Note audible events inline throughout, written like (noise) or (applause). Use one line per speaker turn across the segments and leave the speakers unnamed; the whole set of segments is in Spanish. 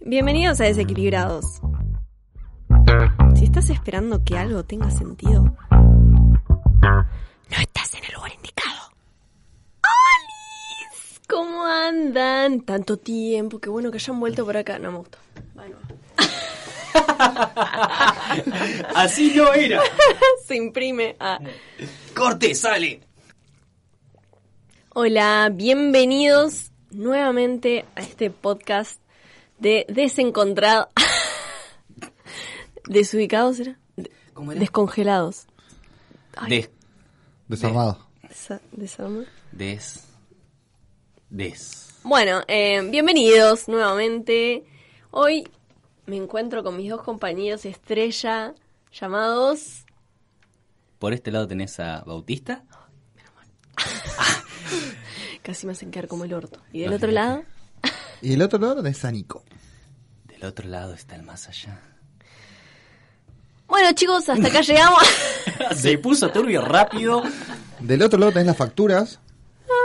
Bienvenidos a Desequilibrados. Si estás esperando que algo tenga sentido, no estás en el lugar indicado. ¡Olis! ¿Cómo andan? Tanto tiempo, qué bueno que hayan vuelto por acá. No me gustó. (laughs) Bueno.
Así no era.
Se imprime. Ah.
Corte, sale.
Hola, bienvenidos nuevamente a este podcast de Desencontrado. (laughs) ¿Desubicados era? De-
¿Cómo era?
Descongelados.
Des.
Desarmado.
Desa- desarma.
Des. Des.
Bueno, eh, bienvenidos nuevamente. Hoy me encuentro con mis dos compañeros estrella llamados...
Por este lado tenés a Bautista.
Casi me hacen quedar como el orto. Y del otro lado...
Y el otro lado es Sanico.
Del otro lado está el más allá.
Bueno chicos, hasta
(laughs)
acá llegamos.
(laughs) Se puso turbio rápido.
Del otro lado tenés las facturas.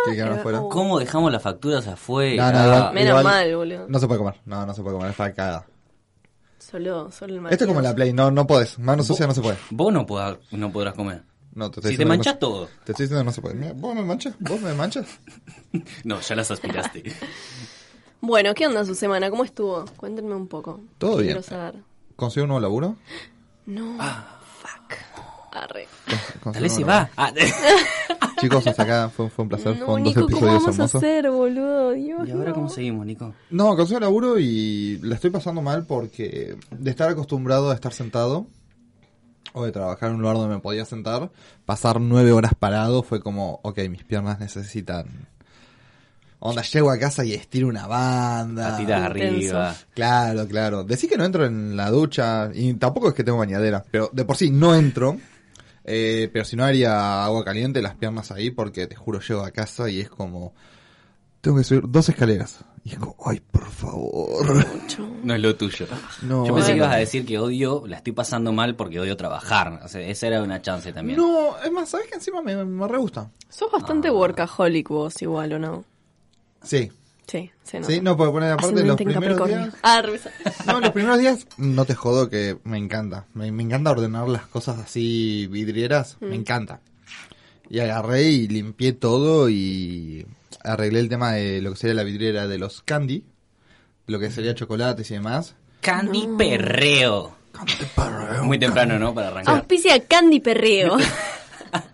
Que quedaron
pero-
afuera.
uh.
¿Cómo dejamos las facturas afuera?
No, no, igual-
Menos
igual
mal, boludo.
No se puede comer. No, no se puede comer. Es facada.
Solo, solo el mal.
Esto es como la Play. No, no podés. Mano sucia no se puede.
Vos no, podrás, no podrás comer.
No, te estoy
Si te
diciendo que no
manchás
se-
todo.
Te estoy diciendo que no se puede. Mira, vos me manchas. Vos me manchas.
No, ya las aspiraste.
Bueno, ¿qué onda su semana? ¿Cómo estuvo? Cuéntenme un poco.
Todo
Quiero
bien. Ah.
saber.
Consigo un nuevo laburo.
No. Fuck. Arre.
Cons- consigo
Tal vez
un
se
nuevo
va. Ah, (laughs)
laburo. Chicos, hasta acá fue, fue un placer.
No,
Fueron dos
Nico, ¿cómo
episodios
vamos a
hermosos.
hacer, boludo? Dios,
¿Y ahora
no.
cómo seguimos, Nico?
No, consigo laburo y la estoy pasando mal porque de estar acostumbrado a estar sentado o de trabajar en un lugar donde me podía sentar, pasar nueve horas parado fue como, ok, mis piernas necesitan... Onda, llego a casa y estiro una banda.
A tirar
Intenso.
arriba.
Claro, claro. Decí que no entro en la ducha y tampoco es que tengo bañadera, pero de por sí no entro. eh, pero si no haría agua caliente las piernas ahí porque te juro llego a casa y es como... Tengo que subir dos escaleras. Y es como, ay, por favor.
Mucho.
No es lo tuyo.
No.
Yo pensé que
Bueno.
ibas a decir que odio, la estoy pasando mal porque odio trabajar. O sea, esa era una chance también.
No, es más, ¿sabes que encima me, me re gusta?
Sos
Ah.
bastante workaholic vos, igual, ¿o no?
Sí.
Sí, se nota.
Sí, no, porque poner aparte los
Ascendente en
primeros
Capricornio.
días...
Ah, revisa.
No, los primeros días no te jodo que me encanta. Me, me encanta ordenar las cosas así vidrieras. Me encanta. Y agarré y limpié todo y arreglé el tema de lo que sería la vidriera de los candy. Lo que sería chocolates y demás.
Candy Perreo. Muy temprano, ¿no? Para arrancar.
Auspicia Candy Perreo. (laughs)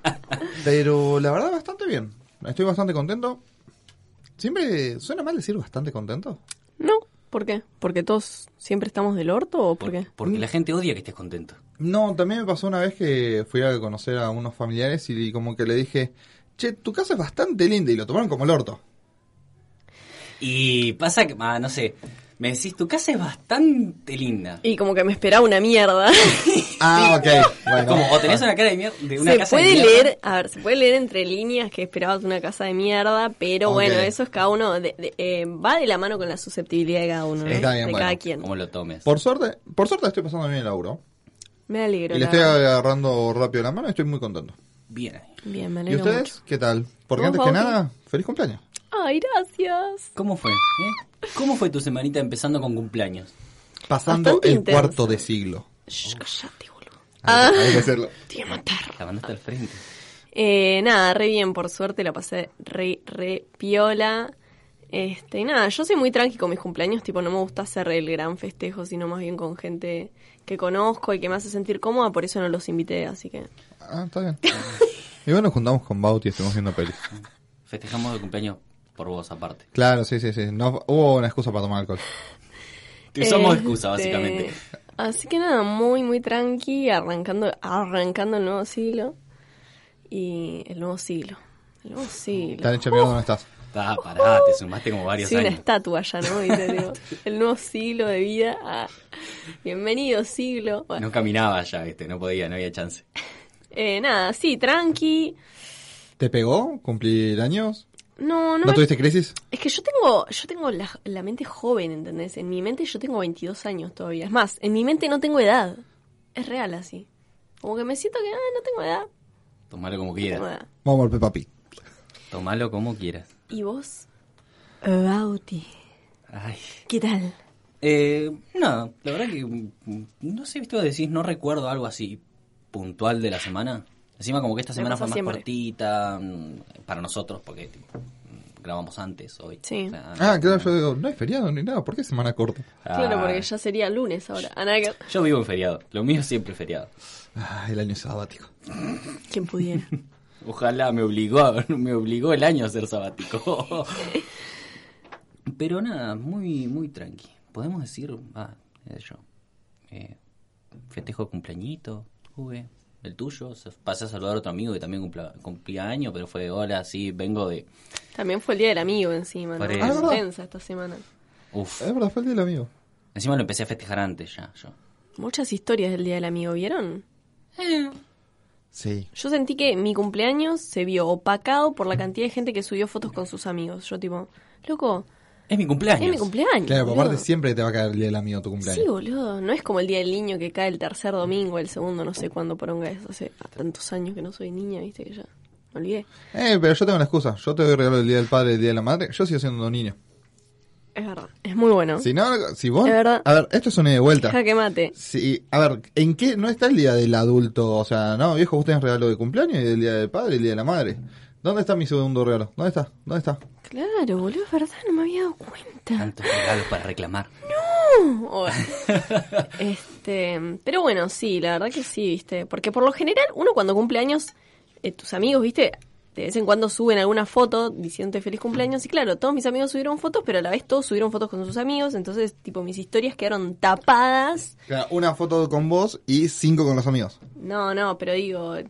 Pero la verdad bastante bien. Estoy bastante contento. Siempre suena mal decir bastante contento.
no, ¿por qué? ¿Porque todos siempre estamos del orto o por qué? Mm.
Por- porque la gente odia que estés contento.
No, también me pasó una vez que fui a conocer a unos familiares y como que le dije, che, tu casa es bastante linda y lo tomaron como el orto.
Y pasa que, ah, no sé, me decís, tu casa es bastante linda.
Y como que me esperaba una (laughs) mierda.
Ah, ok.
(laughs)
Bueno, Ah.
Como, o tenés una cara de mierda de una
se
casa de
puede
mierda.
leer, a ver, se puede leer entre líneas que esperabas una casa de mierda, pero
Ok.
bueno, eso es cada uno, de- de- eh, va de la mano con la susceptibilidad de cada uno, ¿no?
Está bien,
de
bueno.
cada quien.
Como lo tomes.
Por suerte, por suerte estoy pasando bien el laburo.
Me alegro.
Y
la
le estoy
verdad.
agarrando rápido la mano y estoy muy contento.
Bien ahí.
Bien, me
¿Y
alegro
ustedes qué tal? Porque
¿Vos,
antes que
Bauti?
nada, feliz cumpleaños.
mucho. Ay, gracias.
¿Cómo fue? eh? ¿Cómo fue tu semanita empezando con cumpleaños?
Pasando
Bastante
el
intenso. Ah.
cuarto de siglo.
Shh, callate, boludo.
Hay, Ah. hay que hacerlo.
Te voy a matar.
La mandaste al frente.
Eh, nada, re bien, por suerte la pasé re, re piola. Este, y nada, yo soy muy tranqui con mis cumpleaños, tipo, no me gusta hacer el gran festejo, sino más bien con gente que conozco y que me hace sentir cómoda, por eso no los invité, así que.
Ah, está
(laughs)
bien. Y bueno, nos juntamos con Bauti y estuvimos viendo pelis.
Festejamos el cumpleaños por vos, aparte.
Claro, sí, sí, sí. No, hubo una excusa para tomar alcohol.
Te usamos
Este,
excusa, básicamente.
Así que nada, muy, muy tranqui, arrancando, arrancando el nuevo siglo. Y el nuevo siglo. El nuevo
Están
siglo.
hecho mierda, no estás?
Ah, pará, te sumaste como varios
Sí, una
años.
estatua ya, ¿no? Dice, digo, el nuevo siglo de vida. ah, bienvenido siglo. Bueno,
No caminaba ya, este, no podía, no había chance.
eh, nada, sí, tranqui.
¿Te pegó cumplir años?
No, no,
¿No,
me-
tuviste crisis?
Es que yo tengo, yo tengo la, la mente joven, ¿entendés? En mi mente yo tengo 22 años todavía. Es más, en mi mente no tengo edad. Es real así. Como que me siento que, ah, no tengo edad.
Tomalo como
No tengo
quieras.
edad.
Vamos al Peppa Pig.
Tomalo como quieras.
¿Y vos? Bauti.
Ay,
¿Qué tal?
Eh, no, la verdad que mm, no sé, viste, vos decís, no recuerdo algo así puntual de la semana. Encima como que esta
Me
semana
pasa
fue más
siempre.
cortita mm, para nosotros porque tipo, mm, grabamos antes hoy.
Sí.
Ah, claro,
no-
yo digo, no hay feriado ni nada, ¿por qué semana corta?
Claro,
Ah,
porque ya sería lunes ahora. Ah, nada (laughs) que-
Yo vivo en feriado, lo mío siempre es feriado.
Ah, el año sabático.
Quien pudiera.
Ojalá me obligó, a- (laughs) me obligó el año a ser sabático. (laughs) Pero nada, muy, muy tranqui. Podemos decir, ah, qué sé yo, eh, festejo de cumpleañito, jugué, el tuyo, se- pasé a saludar a otro amigo que también cumpla- cumplía año, pero fue, hola, sí, vengo de,
También fue el día del amigo encima, ¿no?
Por eso.
Ah, es verdad.
Intensa esta semana.
uff.
Es verdad, fue el día del amigo.
Encima lo empecé a festejar antes ya, yo.
Muchas historias del día del amigo, ¿vieron?
Sí.
Yo sentí que mi cumpleaños se vio opacado por la
Mm.
cantidad de gente que subió fotos con sus amigos. Yo tipo, loco,
Es mi cumpleaños.
es mi cumpleaños.
Claro, pero
boludo.
aparte siempre te va a caer el día del amigo tu cumpleaños.
Sí, boludo. No es como el día del niño que cae el tercer domingo, el segundo, no sé cuándo poronga es. Hace tantos años que no soy niña, viste que ya me olvidé.
Eh, pero yo tengo una excusa. Yo te doy regalo el día del padre, el día de la madre. Yo sigo siendo un niño.
Es verdad. Es muy bueno.
Si no, no- si vos.
Es verdad.
A ver, esto es una de vuelta.
Jaque mate.
Sí, a ver, ¿en qué no está el día del adulto? O sea, no, viejo, vos tenés regalo de cumpleaños y el día del padre y el día de la madre. ¿Dónde está mi segundo regalo? ¿Dónde está? ¿Dónde está?
Claro, boludo, es verdad, no me había dado cuenta.
Tantos regalos para reclamar.
(laughs) Oh. este, pero bueno, sí, la verdad que sí, viste. Porque por lo general, uno cuando cumple años, eh, tus amigos, viste, de vez en cuando suben alguna foto diciéndote feliz cumpleaños. Y claro, todos mis amigos subieron fotos, pero a la vez todos subieron fotos con sus amigos. Entonces, tipo, mis historias quedaron tapadas.
Claro, una foto con vos y cinco con los amigos.
No, no, pero digo, eh,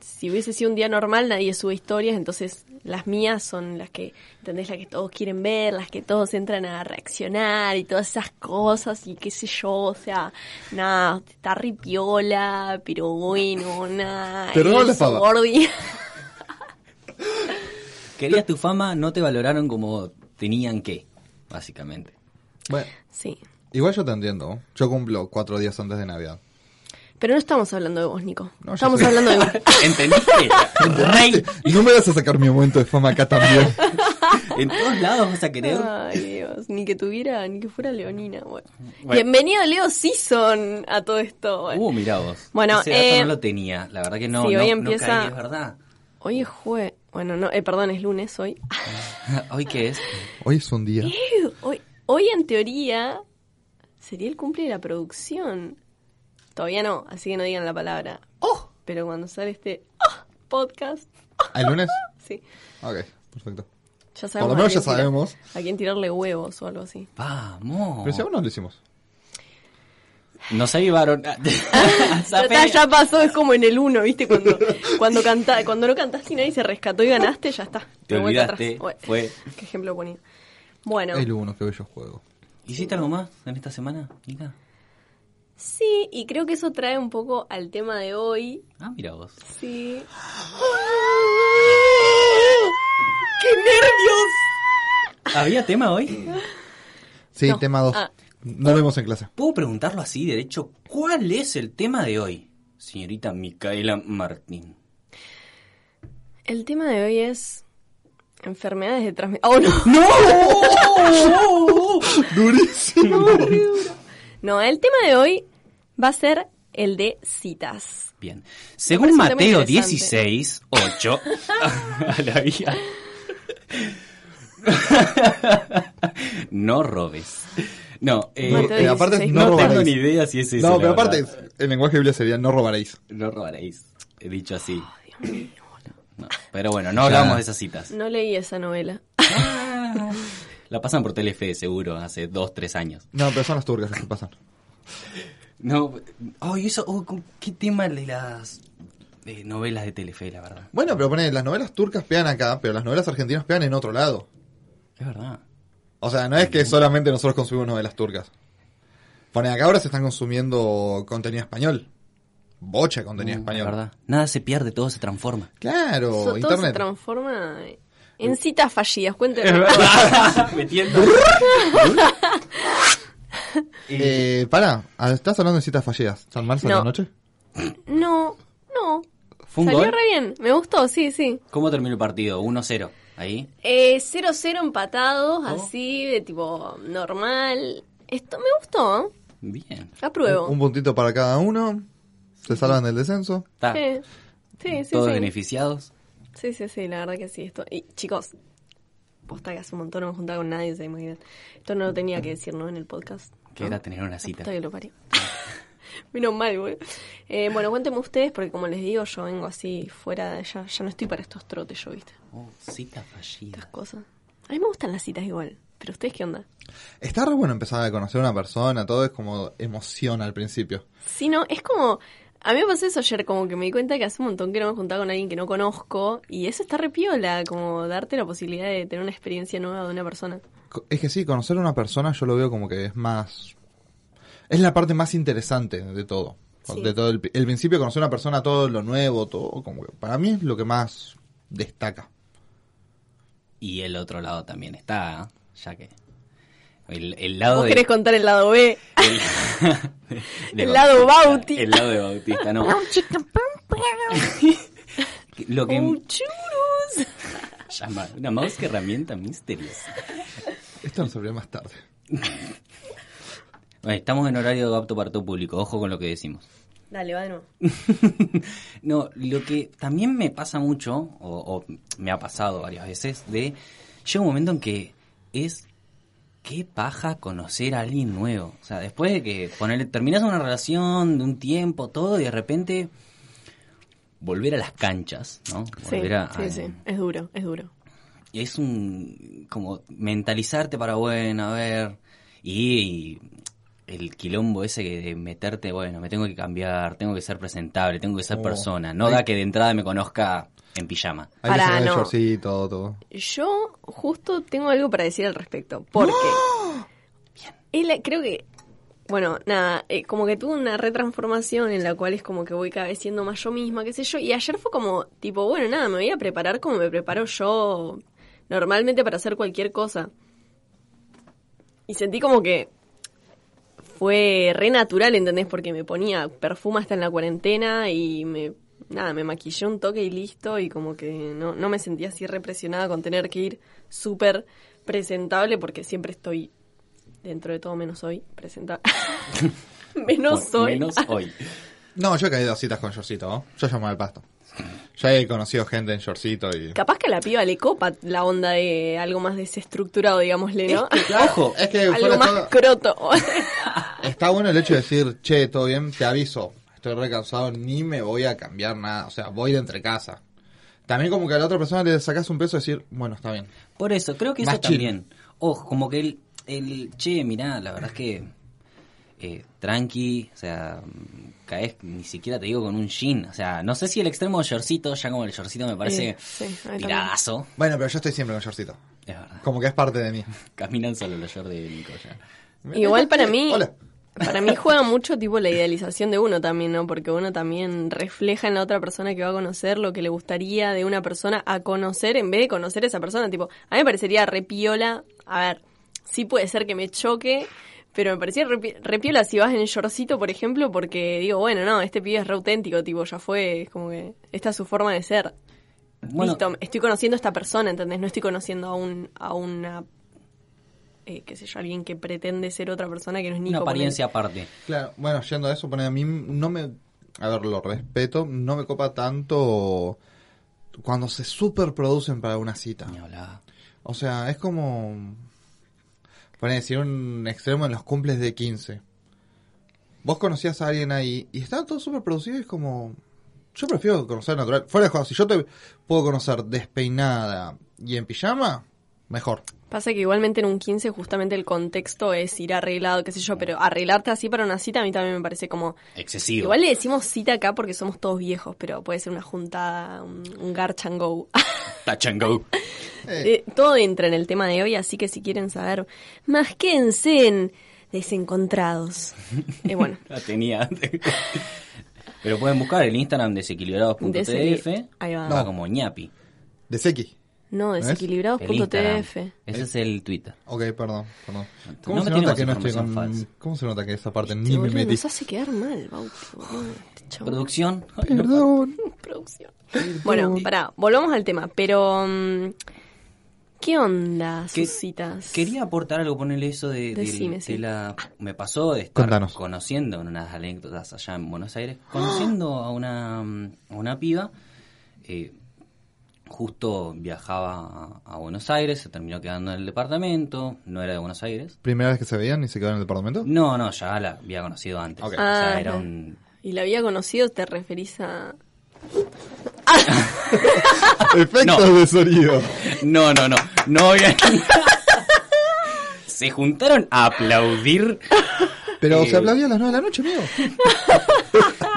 si hubiese sido un día normal, nadie sube historias, entonces las mías son las que, ¿entendés? Las que todos quieren ver, las que todos entran a reaccionar y todas esas cosas y qué sé yo, o sea, nada, está ripiola, pero bueno, nada.
Te robó
eso,
la fama.
gordi.
Querías tu fama, no te valoraron como tenían que, básicamente. (laughs)
Bueno,
(laughs) Sí,
igual yo te entiendo. Yo cumplo cuatro días antes de Navidad.
pero no estamos hablando de vos, Nico.
No, ya
estamos
sé.
hablando
(laughs)
de vos. (laughs)
¿Entendiste? Rey.
No me vas a sacar mi momento de fama acá también.
En todos lados vas a querer.
Ay, Dios, ni que tuviera, ni que fuera leonina. Bueno.
Bueno.
Bienvenido Leo Sison a todo esto. Bueno.
Uh, mirá vos.
Bueno,
Ese dato
eh,
no lo tenía. La verdad que no.
sí,
no,
hoy
no
empieza-
caí, es verdad. (laughs)
Hoy es jueves. Bueno, no, eh, perdón, es lunes hoy. (laughs)
¿Hoy qué es?
Hoy es un día.
Ew, hoy, hoy en teoría sería el cumple de la producción. Todavía no, así que no digan la palabra. ¡Oh! Pero cuando sale este oh, podcast,
¿El lunes?
sí.
(laughs) Ok, perfecto.
Ya
Por lo
sabemos.
menos
a
ya
quién tirar-
sabemos.
A quién tirarle huevos o algo así.
Vamos.
Pero si aún no lo hicimos.
Nos
(laughs)
avivaron. (laughs)
Ah, Ya, está, ya pasó, es como en el uno, ¿viste? Cuando, cuando, canta, cuando no cantaste y nadie se rescató y ganaste, ya está.
Te
No hay vuelta
olvidaste,
atrás. Bueno,
fue.
Qué ejemplo ponía. Bueno.
Es lo bueno que bello juego.
¿Hiciste algo más en esta semana, Nica?
Sí, y creo que eso trae un poco al tema de hoy,
Ah, mira vos.
Sí.
¡Ah! ¡Qué nervios! ¿Había tema
(laughs)
hoy?
Sí,
No.
tema 2.
Ah.
No lo vemos en clase.
¿Puedo preguntarlo así, derecho? ¿Cuál es el tema de hoy, señorita Micaela Martín?
El tema de hoy es enfermedades de transmisión. ¡Oh, no!
(laughs)
(laughs)
¡No!
Durísimo.
No, el tema de hoy va a ser el de citas.
Bien. Según
Me parece un tema
Mateo
interesante.
16,
(laughs)
8, (laughs) a la vía. no robes. No, eh,
Mateo
eh,
aparte
16.
no
no
robaréis.
tengo ni idea si es eso.
no, pero aparte, el lenguaje de Biblia sería no robaréis.
No robaréis, he dicho así. No, pero bueno, no hablamos de esas citas. Ah,
No leí esa novela.
La pasan por Telefe seguro hace 2, 3 años.
No, pero son las turcas las que pasan.
No, oh, y eso, oh, con- qué tema el de las eh, novelas de Telefe, la verdad.
Bueno, pero ponen, las novelas turcas pegan acá, pero las novelas argentinas pegan en otro lado.
Es verdad.
O sea, no es que solamente nosotros consumimos novelas turcas. Ponen acá ahora se están consumiendo contenido español. Bocha de contenido
Uh,
español.
es verdad. Nada se pierde, todo se transforma.
Claro,
So-
Oh,
todo se
internet.
transforma en citas fallidas. Cuéntenme.
Metiendo.
Eh, pará, ¿estás hablando de citas fallidas? ¿San Marzo de
No.
la noche?
No, no.
¿Fue un
Salió
gol?
re bien. Me gustó, sí, sí.
¿Cómo terminó el partido? 1-0. Ahí. Oh.
Eh, 0-0 empatados, así, de tipo normal. Esto me gustó. ¿eh?
Bien.
Apruebo.
Un, un puntito para cada uno. Se salvan del descenso.
Está.
Sí, sí, sí.
Todos
sí.
beneficiados.
Sí, sí, sí, la verdad que sí. Esto. Y chicos, posta que hace un montón no me juntaba con nadie, se imaginan. Esto no lo tenía que decir, ¿no? En el podcast.
Que era tener una cita.
Puta que lo parió. (laughs) Menos mal, güey. Eh, bueno, cuéntenme ustedes, porque como les digo, yo vengo así fuera, de- ya, ya no estoy para estos trotes, yo, ¿viste?
Oh, cita
Estas
fallida.
cosas. A mí me gustan las citas igual, pero ¿ustedes qué onda?
Está re bueno empezar a conocer a una persona, todo es como emoción al principio.
Si no, es como... A mí me pasó eso ayer, como que me di cuenta que hace un montón que no me juntaba con alguien que no conozco, y eso está re piola, como darte la posibilidad de tener una experiencia nueva de una persona.
Co- Es que sí, conocer a una persona yo lo veo como que es más... Es la parte más interesante de todo.
Sí.
De todo el, pi- el principio, conocer a una persona, todo lo nuevo, todo, como que para mí es lo que más destaca.
Y el otro lado también está, ¿eh? ya que. El, el lado
¿Vos
de.
querés contar el lado B?
El,
(laughs) El lado Bauti.
El lado de
(laughs)
Bautista, no. Lo que.
¡Oh, churus!
Llama, una mouse que herramienta misteriosa.
Esto nos servirá más tarde.
Bueno, estamos en horario apto para todo público, ojo con lo que decimos.
Dale, va de nuevo.
No, lo que también me pasa mucho, o, o me ha pasado varias veces, de llega un momento en que es qué paja conocer a alguien nuevo. O sea, después de que ponerle, terminas una relación de un tiempo, todo, y de repente volver a las canchas, ¿no?
Sí,
Volver a-
sí,
a-
sí. Es duro, es duro.
Y es un como mentalizarte para bueno, a ver, y, el quilombo ese que de meterte, bueno, me tengo que cambiar, tengo que ser presentable, tengo que ser
Oh.
persona, no da que de entrada me conozca en pijama.
Hay que
Pará,
sacar el
no.
shortcito, todo, todo.
Yo justo tengo algo para decir al respecto, porque él creo que, bueno, nada, eh, como que tuve una retransformación en la cual es como que voy cada vez siendo más yo misma, qué sé yo, y ayer fue como, tipo, bueno, nada, me voy a preparar como me preparo yo normalmente para hacer cualquier cosa. Y sentí como que fue re natural, ¿entendés? Porque me ponía perfume hasta en la cuarentena y me nada, me maquillé un toque y listo y como que no, no me sentía así represionada con tener que ir súper presentable porque siempre estoy dentro de todo menos hoy presentable. (laughs) menos
Bueno,
hoy.
Menos hoy.
No, yo he caído a citas con shortcito, ¿no? Yo llamo al pasto. Ya he conocido gente en shortcito y...
(laughs) Capaz que a la piba le copa la onda de algo más desestructurado, digámosle, ¿no?
Ojo,
Es que
(laughs)
fuera
algo
de
más
todo,
croto. (laughs)
está bueno el hecho de decir, che, todo bien, te aviso, estoy re cansado, ni me voy a cambiar nada, o sea, voy de entre casa. También como que a la otra persona le sacas un peso y decir, bueno, está bien.
Por eso, creo que
Más
eso
chill.
también. Ojo, como que el, el che, mirá, la verdad es que eh, tranqui, o sea, mm, caes, ni siquiera te digo con un jean, o sea, no sé si el extremo de shortcito, ya como el shortcito me parece
Eh, sí, a mí también.
tiradazo,
Bueno, pero yo estoy siempre con shortcito,
es verdad.
como que es parte de mí.
Caminan solo los shorts de Nico
(laughs)
ya.
Igual para mí,
eh, Hola.
para mí juega mucho tipo la idealización de uno también, ¿no? Porque uno también refleja en la otra persona que va a conocer lo que le gustaría de una persona a conocer en vez de conocer a esa persona. Tipo, a mí me parecería repiola, a ver, sí puede ser que me choque, pero me parecía repi- repiola si vas en shortcito, por ejemplo, porque digo, bueno, no, este pibe es re auténtico, tipo, ya fue, es como que esta es su forma de ser.
Bueno,
Listo, estoy conociendo a esta persona, ¿entendés? No estoy conociendo a un, a una eh, qué sé yo, alguien que pretende ser otra persona que no es Nico.
una apariencia
ponele.
aparte.
Claro, bueno, yendo a eso, poner a mí no me... A ver, lo respeto, no me copa tanto cuando se superproducen para una cita.
Ni hablaba.
O sea, es como. Poner decir un extremo en los cumples de 15. Vos conocías a alguien ahí y estaba todo súper producido y es como. Yo prefiero conocer natural. Fuera de juego, si yo te puedo conocer despeinada y en pijama, mejor.
Pasa que igualmente en un 15 justamente el contexto es ir arreglado, qué sé yo, pero arreglarte así para una cita a mí también me parece como...
Excesivo.
Igual le decimos cita acá porque somos todos viejos, pero puede ser una juntada, un, un garch and go.
Touch and go.
(laughs) Eh, todo entra en el tema de hoy, así que si quieren saber más, quédense en
(laughs)
desencontrados. Eh, bueno,
(laughs) La tenía antes. Pero pueden buscar el Instagram desequilibrados.tdf.
Desequil- Ahí va.
Va como ñapi.
De Seki.
no,
¿Ves?
El Instagram.
desequilibrados.tf.
Ese es el Twitter.
Ok, perdón, perdón. ¿Cómo
No
se
me tenemos
nota que no estoy
información
con...
falsa.
¿Cómo se nota que esa parte
Te,
ni me
boludo,
metí?
nos hace quedar mal, Bauti, boludo. Este chabón.
Producción.
(laughs)
Perdón.
producción. Bueno, pará, volvamos al tema, pero mm, ¿Qué onda
Que-
sus citas?
Quería aportar algo, ponerle eso de, del-
Decime,
de
sí.
la... Me pasó de estar
Contanos.
conociendo en unas anécdotas allá en Buenos Aires, conociendo a una, mm, a una piba. eh, justo viajaba a, a Buenos Aires, se terminó quedando en el departamento, no era de Buenos Aires.
¿Primera vez que se veían y se quedaron en el departamento?
No, no, ya la había conocido antes.
Ok.
O sea,
Ah,
era
ajá.
un...
Y la había conocido, te referís a...
(laughs) Efectos de sonido.
No, no, no, no había... (laughs) se juntaron a aplaudir. (laughs)
Pero
Eh.
se aplaudía a las 9 de la noche, amigo.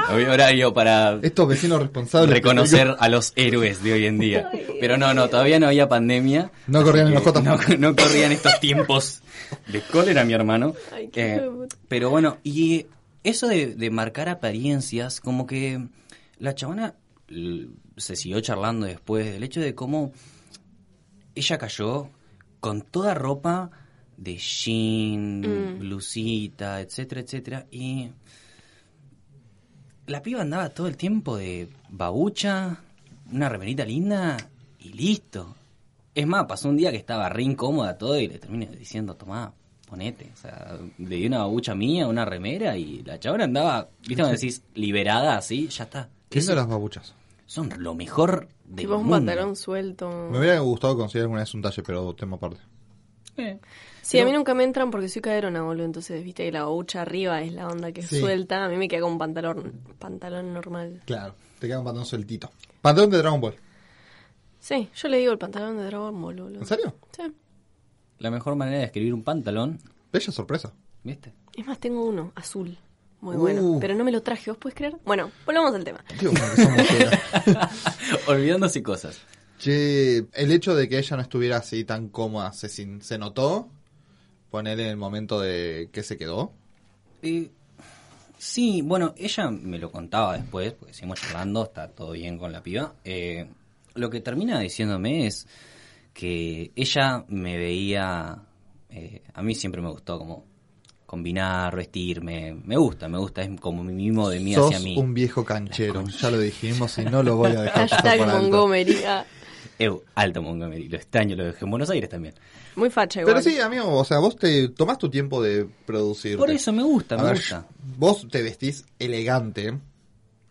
Había horario para
Estos vecinos responsables.
reconocer a los héroes de hoy en día. Pero no, no, todavía no había pandemia. Eh,
No corrían en los jotas.
No, (laughs) no corrían estos tiempos de cólera, mi hermano. Eh,
Ay, qué hijo de puta.
pero bueno, y eso de, de marcar apariencias, como que la chabona l- se siguió charlando después del hecho de cómo ella cayó con toda ropa de
Mm.
jean, blusita, etcétera, etcétera, y la piba andaba todo el tiempo de babucha, una remerita linda y listo. Es más, pasó un día que estaba re incómoda todo y le terminé diciendo, tomá, ponete. O sea, le di una babucha mía, una remera y la chabona andaba, viste cuando decís, liberada así, ya está.
¿Qué
Eso-
son las babuchas?
Son lo mejor del
Tipo un
mundo.
pantalón suelto.
Me hubiera gustado conseguir alguna vez un talle, pero tema aparte.
Eh.
Sí, a mí nunca me entran porque soy caderona, boludo. Entonces, viste que la baucha arriba es la onda que es
Sí.
suelta. A mí me queda con pantalón, pantalón normal.
Claro, te queda un pantalón sueltito. Pantalón de Dragon Ball.
Sí, yo le digo el pantalón de Dragon Ball, boludo.
¿En serio?
Sí.
La mejor manera de escribir un pantalón,
Bella sorpresa.
¿viste? (laughs)
Es más, tengo uno, azul. Muy
Uh.
bueno. Pero no me lo traje, ¿vos podés creer? Bueno, volvamos al tema.
Dios mío, que somos feas.
Olvidándose cosas.
(laughs) Che, el hecho de que ella no estuviera así tan cómoda, ¿se, sin- se notó? Poner en el momento de que se quedó.
Eh, sí, bueno, ella me lo contaba después, porque seguimos charlando, está todo bien con la piba. Eh, lo que termina diciéndome es que ella me veía, eh, a mí siempre me gustó como combinar, vestirme, me gusta, me gusta, es como mi mimo de mí
Sos
hacia mí.
un viejo canchero, ya lo dijimos y no lo voy
(laughs)
a dejar pasar
Hashtag
por alto.
Montgomery. Ah,
Eu, Eh, alto Montgomery, lo extraño, lo dejé en Buenos Aires también.
muy facha igual.
Pero sí, amigo, o sea, vos te tomás tu tiempo de producir.
Por eso me gusta, me gusta.
Vos te vestís elegante.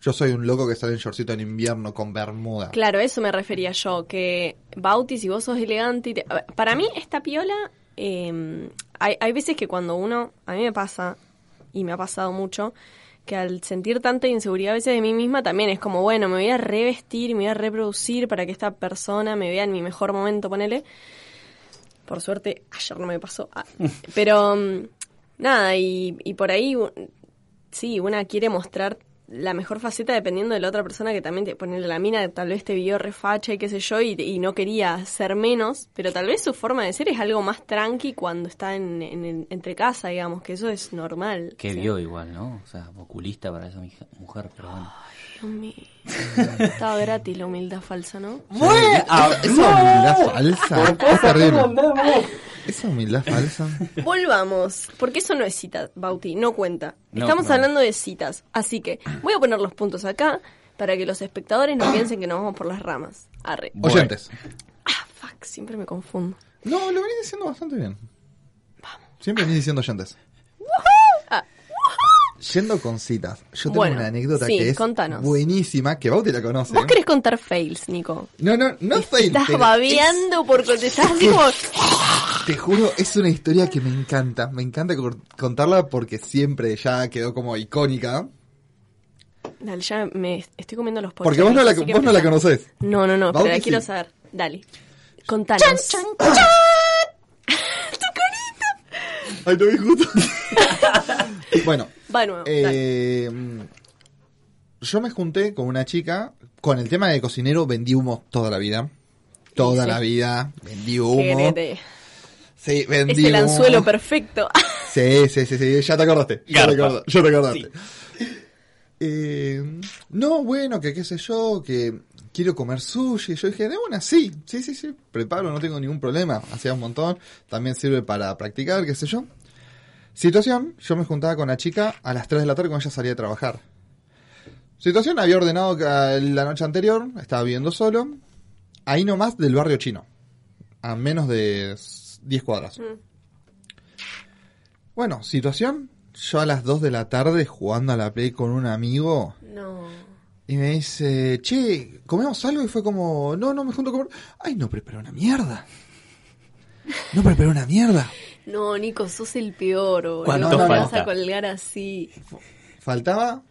Yo soy un loco que sale en shortcito en invierno con bermuda.
Claro, eso me refería yo, que Bauti, si vos sos elegante... y te- a ver, Para mí, esta piola, eh, hay, hay veces que cuando uno, a mí me pasa, y me ha pasado mucho, que al sentir tanta inseguridad a veces de mí misma también es como, bueno, me voy a revestir, me voy a reproducir para que esta persona me vea en mi mejor momento, ponele. Por suerte, ayer no me pasó. Ah, (laughs) pero, mm, nada, y, y por ahí Sí, una quiere mostrar la mejor faceta dependiendo de la otra persona que también te pone la mina, tal vez te vio refacha y qué sé yo, y, y no quería ser menos, pero tal vez su forma de ser es algo más tranqui cuando está en, en- en- entre casa, digamos, que eso es normal.
Que
O sea,
vio igual, ¿no? O sea, oculista para esa mija- mujer, pero bueno.
Dios mío. (laughs) Estaba gratis la humildad falsa, ¿no?
Ah, Esa, esa humildad falsa. Es terrible. Esa humildad falsa.
Volvamos, porque eso no es cita, Bauti, no cuenta.
No,
Estamos
no.
hablando de citas, así que voy a poner los puntos acá para que los espectadores
(clears throat)
no piensen que nos vamos por las ramas. Arre.
Bueno.
Oyentes.
Ah, fuck, siempre me confundo.
No, lo venís diciendo bastante bien. Siempre venís diciendo oyentes.
Ah.
Yendo con citas, yo tengo
Bueno,
una anécdota
sí,
que es
contanos.
buenísima, que Bauti la conoce.
¿Vos querés contar fails, Nico?
No, no, no fail.
Estás
pero
babeando por contestar
(laughs)
así como...
es- te juro, es una historia que me encanta. Me encanta cor- contarla porque siempre ya quedó como icónica.
Dale, ya me estoy comiendo los
Porque vos no la,
así que
vos no la
empezá.
conocés.
No, no, no,
Bauti
pero la
sí.
quiero saber. Dale. Contanos.
Ay, no vi justo.
(laughs)
bueno,
Va de nuevo. dale.
eh, yo me junté con una chica con el tema de cocinero, vendí humo toda la vida. Toda
Sí.
la vida, vendí humo.
Genete.
Sí,
Es
vendí
el
humo.
anzuelo
(laughs)
perfecto.
Sí, sí, sí, sí, ya te acordaste. Ya te
Garpa.
acordaste. Ya te acordaste. Eh, no, bueno, que qué sé yo, que quiero comer sushi. Yo dije, de una, sí, sí, sí, sí, preparo, no tengo ningún problema. Hacía un montón, también sirve para practicar, qué sé yo. Situación, yo me juntaba con la chica a las 3 de la tarde cuando ella salía a trabajar. Situación, había ah, ordenado que, eh, la noche anterior, estaba viviendo solo, ahí nomás del barrio chino. a menos de s- 10 cuadras.
Mm.
Bueno, situación. Yo a las 2 de la tarde jugando a la Play con un amigo
No.
y me dice, che, comemos algo y fue como, no, no, me junto a comer. Ay, no preparé una mierda. No preparé una mierda.
No, Nico, sos el peor, boludo.
¿Cuánto
No me
falta?
vas a colgar así.
Faltaba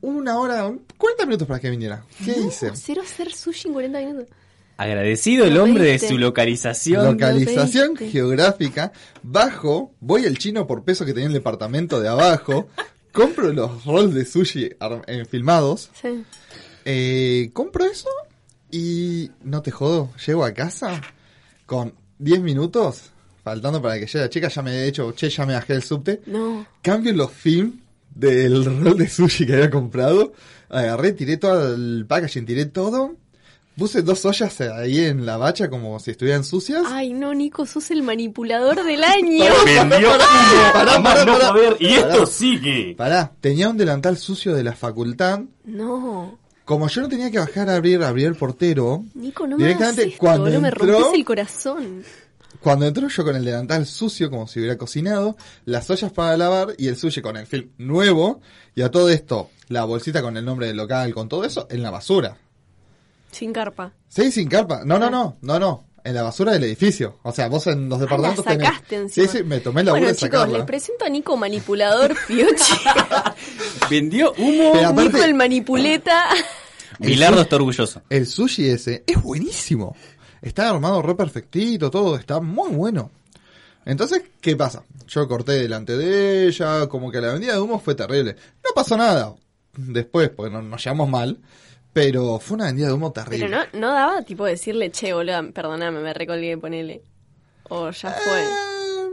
una hora, 40 minutos para que viniera. ¿Qué hice?
Cero hacer sushi en 40 minutos.
Agradecido el
Lo
hombre de
pediste.
su localización.
Localización
pediste.
geográfica, bajo, voy al chino por peso que tenía el departamento de abajo, compro los rolls de sushi ar- eh, filmados,
Sí.
eh, compro eso y no te jodo, llego a casa con 10 minutos, faltando para que llegue la chica, ya me he hecho, che, ya me bajé el subte,
No.
cambio los film del rol de sushi que había comprado, agarré, tiré todo el packaging, tiré todo, puse dos ollas ahí en la bacha como si estuvieran sucias.
Ay, no, Nico, sos el manipulador del año.
Vendió humo
Pará,
a más
pará,
no
pará.
poder, Y
Pará.
esto sigue.
Pará, tenía un delantal sucio de la facultad.
No.
Como yo no tenía que bajar a abrir, abrir el portero,
Nico, no me hagas
Directamente,
esto,
cuando
no me
entró-
rompes el corazón.
cuando entró yo con el delantal sucio, como si hubiera cocinado, las ollas para lavar y el sushi con el film nuevo, y a todo esto, la bolsita con el nombre del local, con todo eso, en la basura.
Sin carpa.
Sí, sin carpa. No, no, no, no, no. En la basura del edificio. O sea, vos en los
Ah, la
departamentos tenés-
sacaste encima.
Sí, sí, me tomé la
Bueno,
de
chicos,
sacarla.
les presento a Nico Manipulador Piochi.
Vendió humo.
(laughs) Pero aparte-
Nico el
(laughs)
Manipuleta.
Bilardo está orgulloso.
El sushi ese es buenísimo. Está armado re perfectito, todo está muy bueno. Entonces, ¿qué pasa? Yo corté delante de ella, como que la vendida de humo fue terrible. No pasó nada. Después, porque no- nos llevamos mal. Pero fue una vendida de humo terrible.
Pero no, no daba tipo decirle, che, boludo, perdóname, me recolgué, ponele. O ya fue.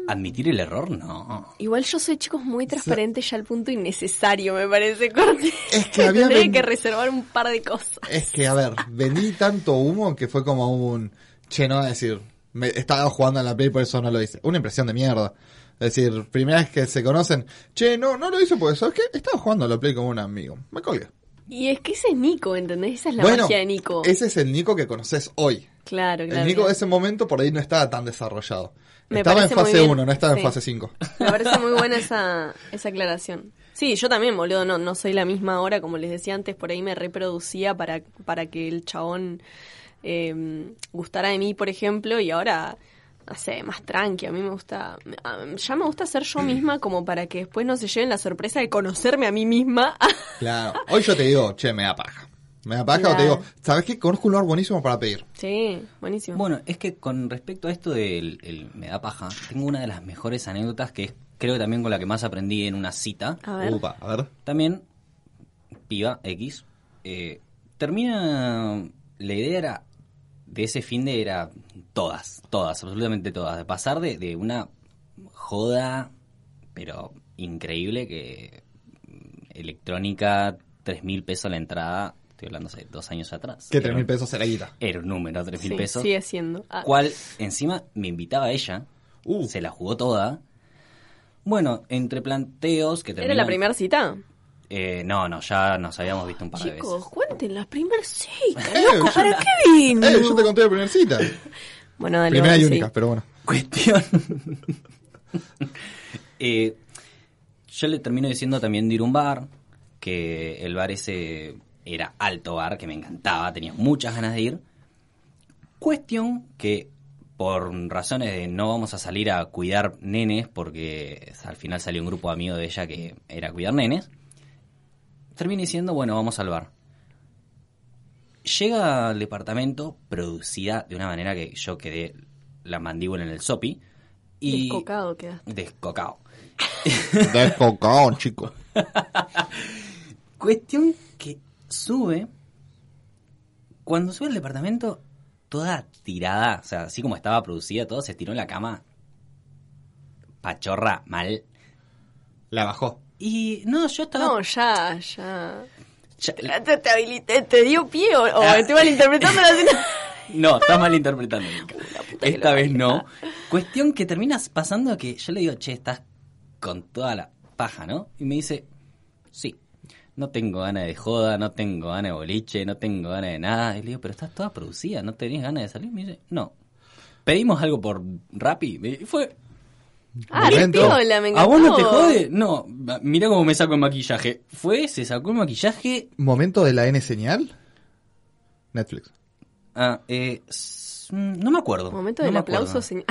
Admitir el error, no.
Igual yo soy, chicos, muy transparente ya al punto innecesario, me parece, corte.
Es
(laughs)
que había
Tendría
ven-
que reservar un par de cosas.
Es que, a ver, vendí tanto humo que fue como un... Che, no, es decir, me estaba jugando en la play, por eso no lo hice. Una impresión de mierda. Es decir, primera vez que se conocen, che, no, no lo hice porque, ¿sabes qué? Estaba jugando a la play como un amigo. Me colgué.
Y es que ese es Nico, ¿entendés? Esa es la magia de Nico.
Ese es el Nico que conoces hoy.
Claro, claro.
el Nico de
claro.
ese momento por ahí no estaba tan desarrollado.
Me
estaba en
parece muy
fase
bien.
1, no estaba
Sí.
en fase 5.
Me parece muy buena esa, esa aclaración. Sí, yo también, boludo, no, no soy la misma ahora, como les decía antes, por ahí me reproducía para, para que el chabón eh, gustara de mí, por ejemplo, y ahora, no sé, más tranqui, a mí me gusta, a- ya me gusta ser yo misma como para que después no se lleven la sorpresa de conocerme a mí misma. (laughs)
Claro. Hoy yo te digo, che, me da paja. Me da paja o
Claro.
te digo, ¿sabes qué? Conozco un lugar buenísimo para pedir.
sí, buenísimo.
Bueno, es que con respecto a esto del el me da paja, tengo una de las mejores anécdotas que es, creo que también con la que más aprendí en una cita.
a ver,
Upa, a ver.
También, piba X, eh, termina. La idea era. De ese fin de era todas, todas, absolutamente todas. De pasar de, de una joda, pero increíble, que. mm, Electrónica, tres mil pesos la entrada, estoy hablando hace dos años atrás.
Que
Era
3
un-
mil pesos se la guita.
Era un número, tres mil
sí,
pesos.
sigue siendo. Ah,
Cual, encima, me invitaba a ella,
Uh.
se la jugó toda. Bueno, entre planteos que
¿Era la
terminan-
primera cita?
eh, no, no, ya nos habíamos visto un par de
Chicos,
veces.
cuenten las primeras citas,
Eh,
loco,
yo-
¿para qué vino?
Eh, yo te conté la primera cita.
Bueno, dale,
primera y
vos, sí.
única,
(laughs)
pero bueno.
Cuestión. Eh, yo le termino diciendo también de ir a un bar, que el bar ese era alto bar, que me encantaba, tenía muchas ganas de ir. Cuestión que por razones de no vamos a salir a cuidar nenes, porque al final salió un grupo de amigos de ella que era cuidar nenes, termina diciendo, bueno, vamos al bar. Llega al departamento producida de una manera que yo quedé la mandíbula en el sopi y
Descocado queda.
descocado.
Descocado, chico.
Cuestión que sube. Cuando sube al departamento, toda tirada, o sea, así como estaba producida, todo se estiró en la cama. Pachorra, mal.
La bajó.
Y no, yo
(laughs)
estaba.
No, ya, ya.
ya-
La- Ah, Te, te habilité, te dio pie o, o
Ah.
estoy malinterpretando la
(laughs)
escena.
no, estás malinterpretando.
que
Esta
lo
vez no. Cuestión que terminas pasando que yo le digo, che, estás con toda la paja, ¿no? Y me dice, sí. No tengo ganas de joda, no tengo ganas de boliche, no tengo ganas de nada. Y le digo, pero estás toda producida, ¿no tenés ganas de salir? Me dice, no. Pedimos algo por Rappi. y Fue.
Ah, re
Momento.
piola, me encantó.
¿A vos no te jode? No, mira cómo me saco el maquillaje. Fue, se sacó el maquillaje.
¿Momento de la N señal? Netflix.
Ah, eh, s- no me acuerdo.
Momento
no
del
me acuerdo.
aplauso, señor.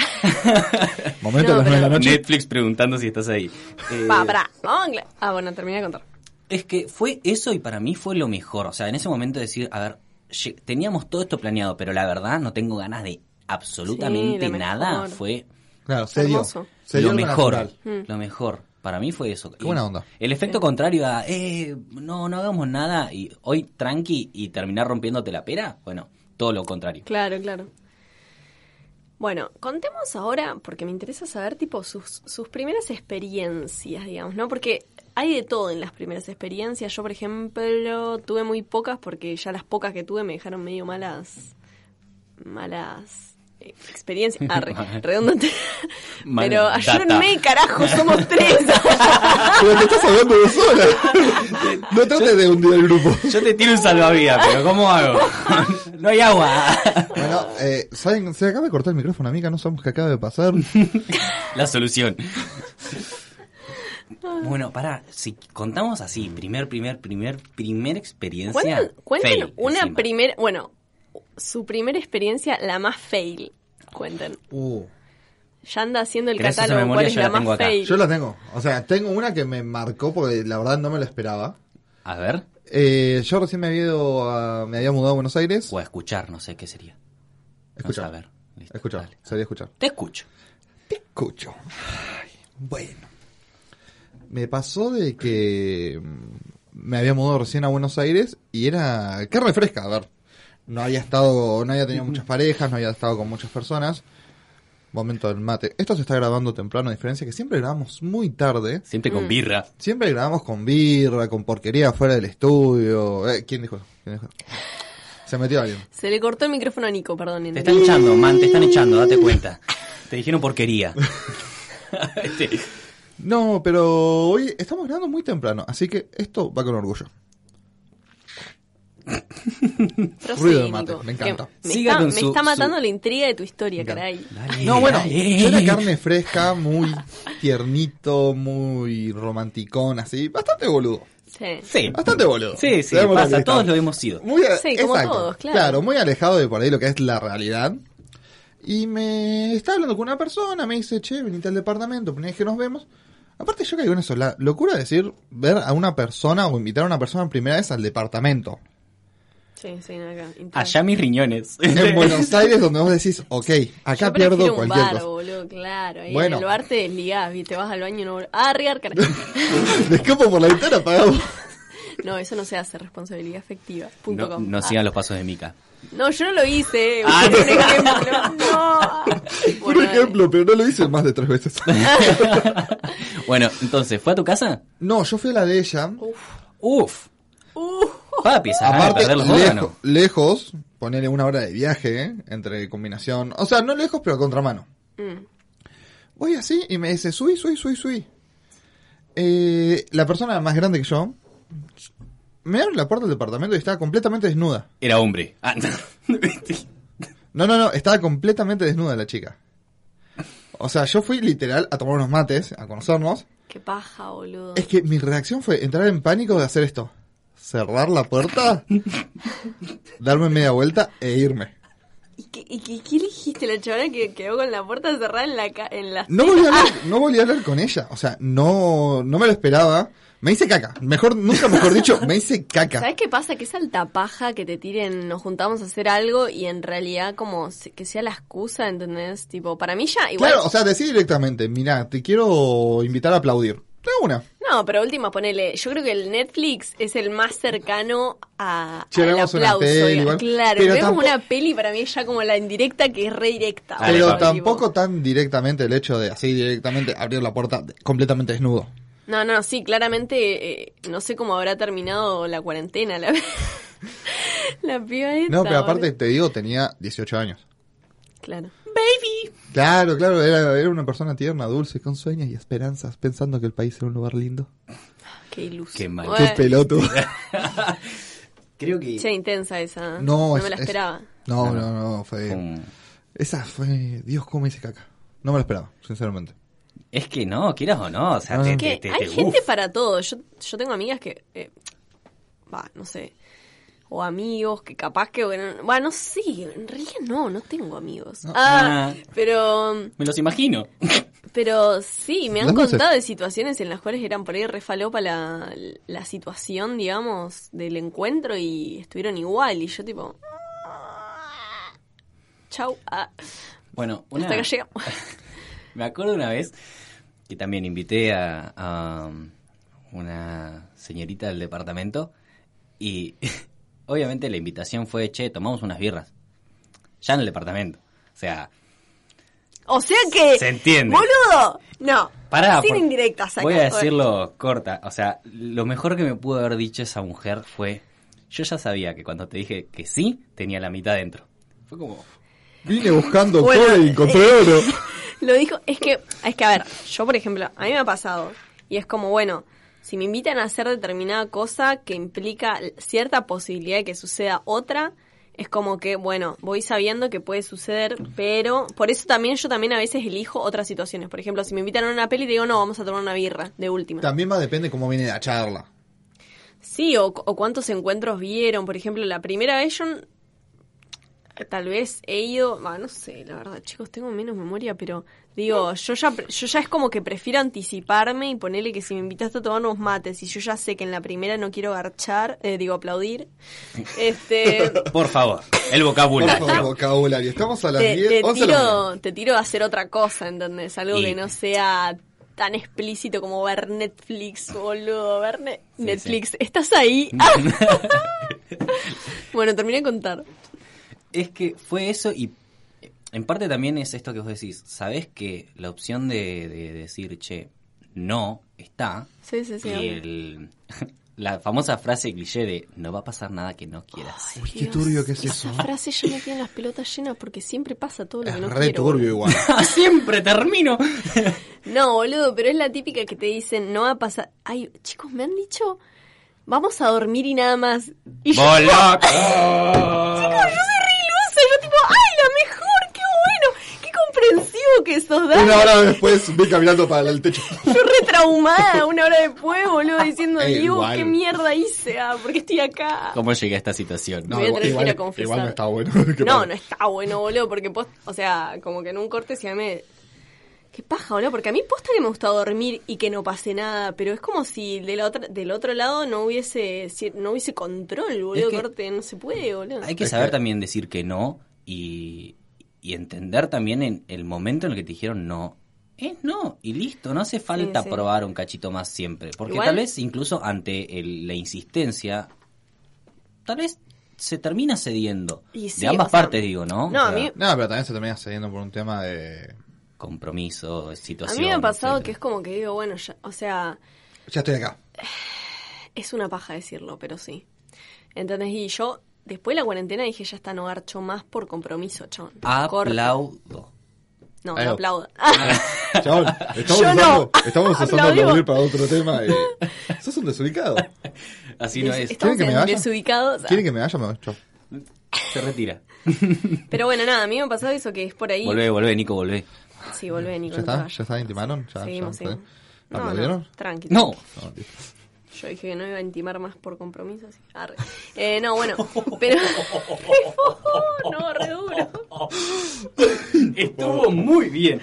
Momento
No,
de las nueve de la
pero-
noche.
Netflix preguntando si estás ahí.
(laughs)
Eh,
Va, pará. Vamos a cla- Ah, bueno, terminé de contar.
Es que fue eso y para mí fue lo mejor. O sea, en ese momento decir, a ver, lle- teníamos todo esto planeado, pero la verdad no tengo ganas de absolutamente
Sí, lo
nada.
mejor.
Fue
Claro, se dio.
Hermoso.
Se
lo
dio lo
mejor.
natural.
Mm.
Lo mejor. Para mí fue eso.
Qué buena onda.
El efecto contrario a, eh, no, no hagamos nada y hoy tranqui y terminar rompiéndote la pera, bueno, todo lo contrario.
Claro, claro. Bueno, contemos ahora, porque me interesa saber, tipo, sus, sus primeras experiencias, digamos, ¿no? Porque hay de todo en las primeras experiencias. Yo, por ejemplo, tuve muy pocas porque ya las pocas que tuve me dejaron medio malas. malas. eh,
(laughs)
experiencias. Arre, redundante.
Mal
Pero
data.
ayúdenme, carajo, somos
(laughs)
tres.
Pero te estás hablando de sola. No trates de hundir el grupo.
Yo te tiro un salvavidas, pero ¿cómo hago? (laughs) no hay agua. (laughs)
Bueno, eh, ¿saben? Se acaba de cortar el micrófono, amiga. No sabemos qué acaba de pasar. (laughs)
(laughs)
La solución. Bueno, pará, si contamos así, primer, primer, primer, primer experiencia.
Cuenten, cuenten
fail,
una
encima.
primera. Bueno, su primera experiencia, la más fail. Cuenten.
Uh,
Ya anda haciendo el
Gracias a
catálogo.
memoria,
¿Cuál es
yo
la,
la
más
tengo acá.
fail?
yo la tengo. O sea, tengo una que me marcó porque la verdad no me lo esperaba.
A ver,
Eh, yo recién me había ido a- me había mudado a Buenos Aires.
o a escuchar, no sé qué sería.
Escuchar.
No sé, a ver. listo,
Escuchar,
dale.
sería escuchar.
Te escucho.
Te escucho. Ay, bueno. Me pasó de que mm, me había mudado recién a Buenos Aires y era carne fresca, a ver. No había estado, no había tenido muchas parejas, no había estado con muchas personas. Momento del mate. Esto se está grabando temprano, a diferencia que siempre grabamos muy tarde.
Siempre
Mm.
con birra.
Siempre grabamos con birra, con porquería afuera del estudio. Eh, ¿Quién dijo? ¿Quién dijo? Se metió alguien.
Se le cortó el micrófono a Nico, perdón.
Te están echando, man, te están echando, date cuenta. Te dijeron
(laughs)
porquería. Este,
No, pero hoy estamos grabando muy temprano, así que esto va con orgullo. ruido de mate, me encanta.
Me,
Siga
está,
con
me
su-
está
su-
matando la intriga de tu historia,
Me encanta.
caray.
dale,
No, bueno,
dale.
yo era carne fresca, muy
(laughs)
tiernito, muy romanticón, así, bastante boludo.
Sí.
Sí.
Bastante boludo.
Sí, sí,
Seamos
pasa,
realistas.
todos lo hemos sido.
Muy a-
Sí, como todos, claro.
muy alejado de por ahí lo que es la realidad. Y me está hablando con una persona, me dice, che, venite al departamento, primera vez que nos vemos. Aparte yo caigo en eso, la locura de decir, ver a una persona o invitar a una persona primera vez al departamento.
Sí, sí, no, acá. intriga.
Allá mis riñones.
En Buenos Aires donde vos decís, ok, acá
Yo prefiero
pierdo
un
cualquier
bar,
cosa.
boludo, claro. Ahí
Bueno.
en el bar te desligás y te vas al baño y no... vol- Ah, arriar, caray.
(laughs)
(laughs)
Me escapo por la ventana, pagamos.
No, eso no se hace, responsabilidad afectiva. Punto
(laughs) No,
com.
no
Ah.
sigan los pasos de Mica.
No, yo no lo hice. eh.
Ah,
un ejemplo.
(laughs)
No.
Por ejemplo, pero no lo hice más de tres veces. (laughs)
Bueno, entonces, ¿fue a tu casa?
No, yo fui a la de ella.
Uf. Papi, esa gana de
Aparte,
Ah, perder los
lejo-
órganos.
lejos, ponerle una hora de viaje, ¿eh? entre combinación. O sea, no lejos, pero a contramano.
Mm,
Voy así y me dice, subí, subí, subí, subí. Eh, la persona más grande que yo me abre la puerta del departamento y estaba completamente desnuda.
Era hombre. Ah, no.
No, no, no, estaba completamente desnuda la chica. O sea, yo fui literal a tomar unos mates, a conocernos.
Qué paja, boludo.
Es que mi reacción fue entrar en pánico de hacer esto. Cerrar la puerta, darme media vuelta e irme.
¿Y qué, y qué- qué elegiste? La chabona que quedó con la puerta cerrada en la... ca- En las
No volví a hablar, no volví a hablar con ella. O sea, no, no me lo esperaba. Me hice caca. Mejor, nunca mejor dicho, me hice caca.
¿Sabes qué pasa? Que es alta paja que te tiren, nos juntamos a hacer algo y en realidad como se- que sea la excusa, ¿entendés? Tipo, para mí ya igual...
Claro, o sea, decir directamente, mira, te quiero invitar a aplaudir. Tengo una.
No, pero última, ponele, yo creo que el Netflix es el más cercano a,
Sí,
al
vemos
aplauso.
una peli,
digamos.
igual.
claro,
Pero
vemos
tampoco-
una peli para mí es ya como la indirecta que es re directa.
Dale,
Pero
papi.
tampoco tan directamente el hecho de así directamente abrir la puerta de- completamente desnudo.
No, no, sí, claramente eh, no sé cómo habrá terminado la cuarentena la, (laughs) la piba esta,
No, pero aparte
boludo.
te digo, tenía 18 años.
Claro.
Claro, claro, era, era una persona tierna, dulce, con sueños y esperanzas, pensando que el país era un lugar lindo.
Qué ilusión.
Qué mal.
Qué peloto.
Creo que
Che, intensa esa.
(laughs) No,
No,
es-
me la
es-
esperaba.
No, no, no, fue...
fue un-
Esa fue. Dios, cómo hice caca. No me lo esperaba, sinceramente.
Es que no, quieras o no, o sea,
Ah.
te,
Es
Que
te- te-
hay
te-
gente
uf.
para todo. Yo, yo tengo amigas que. eh, Va, no sé. O amigos que capaz que. Bueno, va, no sé. En realidad no, no tengo amigos. Ah,
Ah.
pero.
Me los imagino. (laughs)
Pero sí, me han
Las luces.
contado de situaciones en las cuales eran por ahí refalopa la, la situación, digamos, del encuentro y estuvieron igual. Y yo, tipo. "Ah, Chau. ah,
Bueno, una,
hasta que llegamos.
Me acuerdo una vez que también invité a, a um, una señorita del departamento y (laughs) obviamente la invitación fue, che, tomamos unas birras. Ya en el departamento. O sea,
O sea que.
Se entiende.
¡Boludo! No.
pará.
Sin
por-
indirectas acá.
Voy a decirlo corta. O sea, lo mejor que me pudo haber dicho esa mujer fue, yo ya sabía que cuando te dije que sí, tenía la mitad dentro. Fue como...
Vine buscando
Bueno, eh,
cobre y encontré
(laughs)
oro.
Lo dijo, es que, es que a ver, yo por ejemplo, a mí me ha pasado, y es como, bueno, si me invitan a hacer determinada cosa que implica l- cierta posibilidad de que suceda otra, es como que, bueno, voy sabiendo que puede suceder, pero por eso también yo también a veces elijo otras situaciones. Por ejemplo, si me invitan a una peli, digo, no, vamos a tomar una birra, de última.
También más depende cómo viene la charla.
Sí, o, o cuántos encuentros vieron. Por ejemplo, la primera vez yo n- tal vez he ido, bah, no sé, la verdad, chicos, tengo menos memoria, pero digo, yo ya pre- yo ya es como que prefiero anticiparme y ponerle que si me invitaste a tomar unos mates y yo ya sé que en la primera no quiero garchar, eh, digo aplaudir. Este
Por favor, el
Por
vocabulario.
favor, vocabulario. Estamos a las
te,
10,
te
11 de la mañana.
tiro, te tiro a hacer otra cosa, ¿entendés? Algo
Y-
que no sea tan explícito como ver Netflix, boludo, ver ne-
sí.
Netflix. ¿Estás
(laughs)
ahí? Ah. bueno, terminé de contar.
Es que fue eso y eh, en parte también es esto que vos decís. Sabés que la opción de, de decir, che, no está.
Sí, sí, sí.
y
obvio.
el- (laughs) la famosa frase cliché de no va a pasar nada que no
(laughs)
quieras. (laughs)
Ay,
Uy, qué turbio que es
esa
eso. ¿eh?
frase ya me tiene las pelotas llenas porque siempre pasa todo lo que
Es
no
re
quiero,
turbio
boludo.
igual.
Siempre termino.
No, boludo, pero es la típica que te dicen, no va a pasar... Ay, chicos, me han dicho, vamos a dormir y nada más. Y yo- Chicos, yo soy re ilusa. Yo tipo, ¡ay, la mejor! ¡Qué bueno! ¡Qué comprensivo que sos, Dani!
(laughs) Una hora después vi caminando para el techo.
Yo re traumada una hora después, boludo, diciendo,
(laughs) Eh,
Diego,
igual.
¿qué mierda hice? Ah, porque estoy acá.
¿Cómo llegué a esta situación?
No, voy a tener que ir a
igual,
confesar.
igual no está bueno. (laughs) ¿Qué
No,
pasa?
no está bueno, boludo, porque post, o sea, como que en un corte se me... Qué paja, boludo, porque a mí posta que me gusta dormir y que no pase nada, pero es como si de la otra- del otro lado no hubiese si- no hubiese control, boludo,
que-
corte, no se puede, boludo.
Hay que
Es
saber
que-
también decir que no y, y entender también en el momento en el que te dijeron no. Es no, y listo, no hace falta
sí.
probar un cachito más siempre. Porque
Igual-
tal vez incluso ante el- la insistencia, tal vez se termina cediendo.
Y sí,
de ambas
o sea,
partes, digo, ¿no?
no,
O
a
sea,
mí-
No, pero también se termina cediendo por un tema de.
Compromiso,
A
situación.
mí me ha pasado que es
etcétera.
como que digo, bueno, ya, o sea,
Ya estoy acá.
Es una paja decirlo, pero sí. ¿Entendés? Y yo, después de la cuarentena, dije, ya está, no garcho más por compromiso, chon.
Aplaudo.
No, no
Ay, no.
(laughs)
aplaudo.
(laughs)
Ah,
Chabón, estamos
Yo
usando,
no.
estamos usando
Aplaudimos.
aplaudir para otro tema. y- Sos un desubicado.
Así
(laughs)
no es.
Estamos
¿Quieren que me
en
vaya?
desubicados.
¿Quieren que me vaya? Me voy yo.
Se retira.
Pero bueno, nada, a mí me ha pasado eso que es por ahí.
Volvé, volvé, Nico, volvé.
Sí, volvé, Nico.
¿Ya
no te
está?
vayas.
¿Ya está? ¿Intimaron? ¿Ya,
Seguimos,
ya,
seguimos.
¿La
No,
aplaudieron?
no, tranqui.
No.
No, listo.
Yo dije que no iba a intimar más por compromiso. Así. que, arre. Eh, no,
(laughs)
bueno, pero... (laughs) no, re duro.
Estuvo muy bien.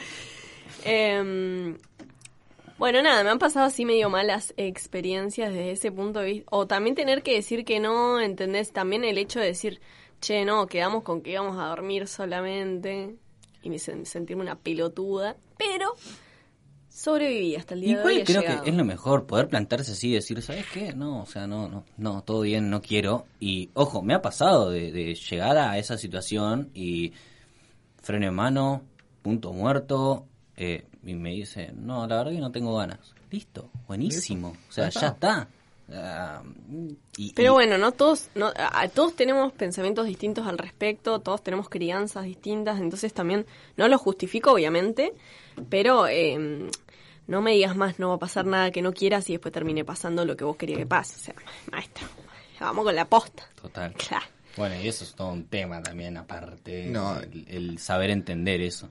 Eh, bueno, nada, me han pasado así medio malas experiencias desde ese punto de vista. O también tener que decir que no, ¿entendés? También el hecho de decir, che, no, quedamos con que íbamos a dormir solamente. Y me sen- sentirme una pelotuda. Pero sobreviví hasta el día de hoy.
Igual
he
creo
llegado.
que es lo mejor, poder plantarse así y decir, ¿sabes qué? No, o sea, no, no, no, todo bien, no quiero. Y, ojo, me ha pasado de, de llegar a esa situación y freno en mano, punto muerto, eh, y me dice, no, la verdad que no tengo ganas. Listo, buenísimo, o sea,
Ahí
ya
está.
está. Ah, y-
Pero
y-
bueno, no todos, no, a- a- todos tenemos pensamientos distintos al respecto, todos tenemos crianzas distintas, entonces también no lo justifico, obviamente, pero eh, no me digas más, no va a pasar nada que no quieras y después termine pasando lo que vos querías que pase. O sea, maestra, vamos con la posta. (laughs)
Total.
Claro.
Bueno, y eso es todo un tema también, aparte.
No.
El, el saber entender eso.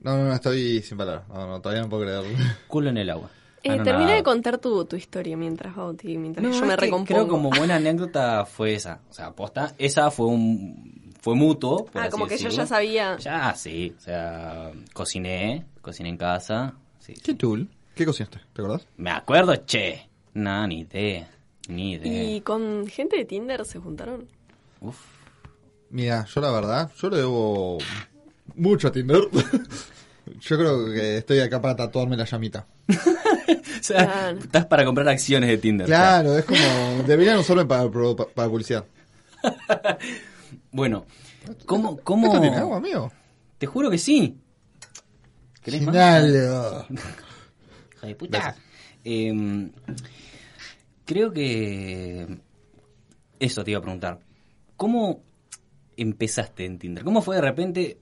No, no, no, estoy sin palabras. No, no, todavía no puedo creerlo.
Culo en el agua.
Eh,
Ah, no,
termina
nada.
de contar tu, tu historia mientras, Bauti, mientras
No,
yo
es
me
que Creo
recompongo.
como buena anécdota fue esa. O sea, aposta, esa fue un fue mutuo. por
ah,
así
como que yo
decirlo.
ya sabía.
Ya, sí. O sea, cociné, cociné en casa. Sí,
¿Qué
sí.
tool? ¿Qué cocinaste? ¿Te acordás?
Me acuerdo, che. Nah, ni idea. Ni idea.
¿Y con gente de Tinder se juntaron?
Uf.
Mira, yo la verdad, yo le debo mucho a Tinder. (laughs) yo creo que estoy acá para tatuarme la llamita.
(laughs) O sea,
Claro.
estás para comprar acciones de Tinder. o sea.
Claro, es como. Deberían usarme para, pro- para publicidad.
Bueno, ¿cómo,
¿Esto tiene agua,
cómo?
amigo?
Te juro que sí. ¿Querés más?
Dale.
Hija de puta. Em, creo que. Eso te iba a preguntar. ¿Cómo empezaste en Tinder? ¿Cómo fue de repente.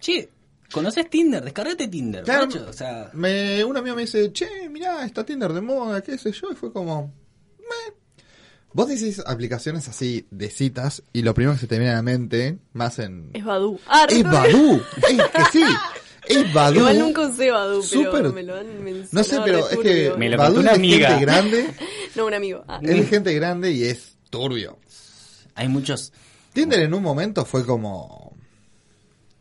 Che, ¿conoces Tinder? Descargate Tinder.
Claro.
macho". O sea,
Me, un amigo me dice, che, mirá, está Tinder de moda, qué sé yo, y fue como... "Meh". Vos decís aplicaciones así de citas y lo primero que se te viene a la mente, más en...
Es Badu. Ah,
¡Es Badoo! ¡Es que sí! ¡Es Badoo!
Igual nunca usé Badu, pero
Súper.
me lo han mencionado.
No sé, pero
re
es que
turbio.
Me lo
Badoo
contó una
es
amiga.
gente grande,
eh, No, un amigo. Ah. (laughs)
(laughs) es de gente grande y es turbio.
hay muchos.
Tinder en un momento fue como...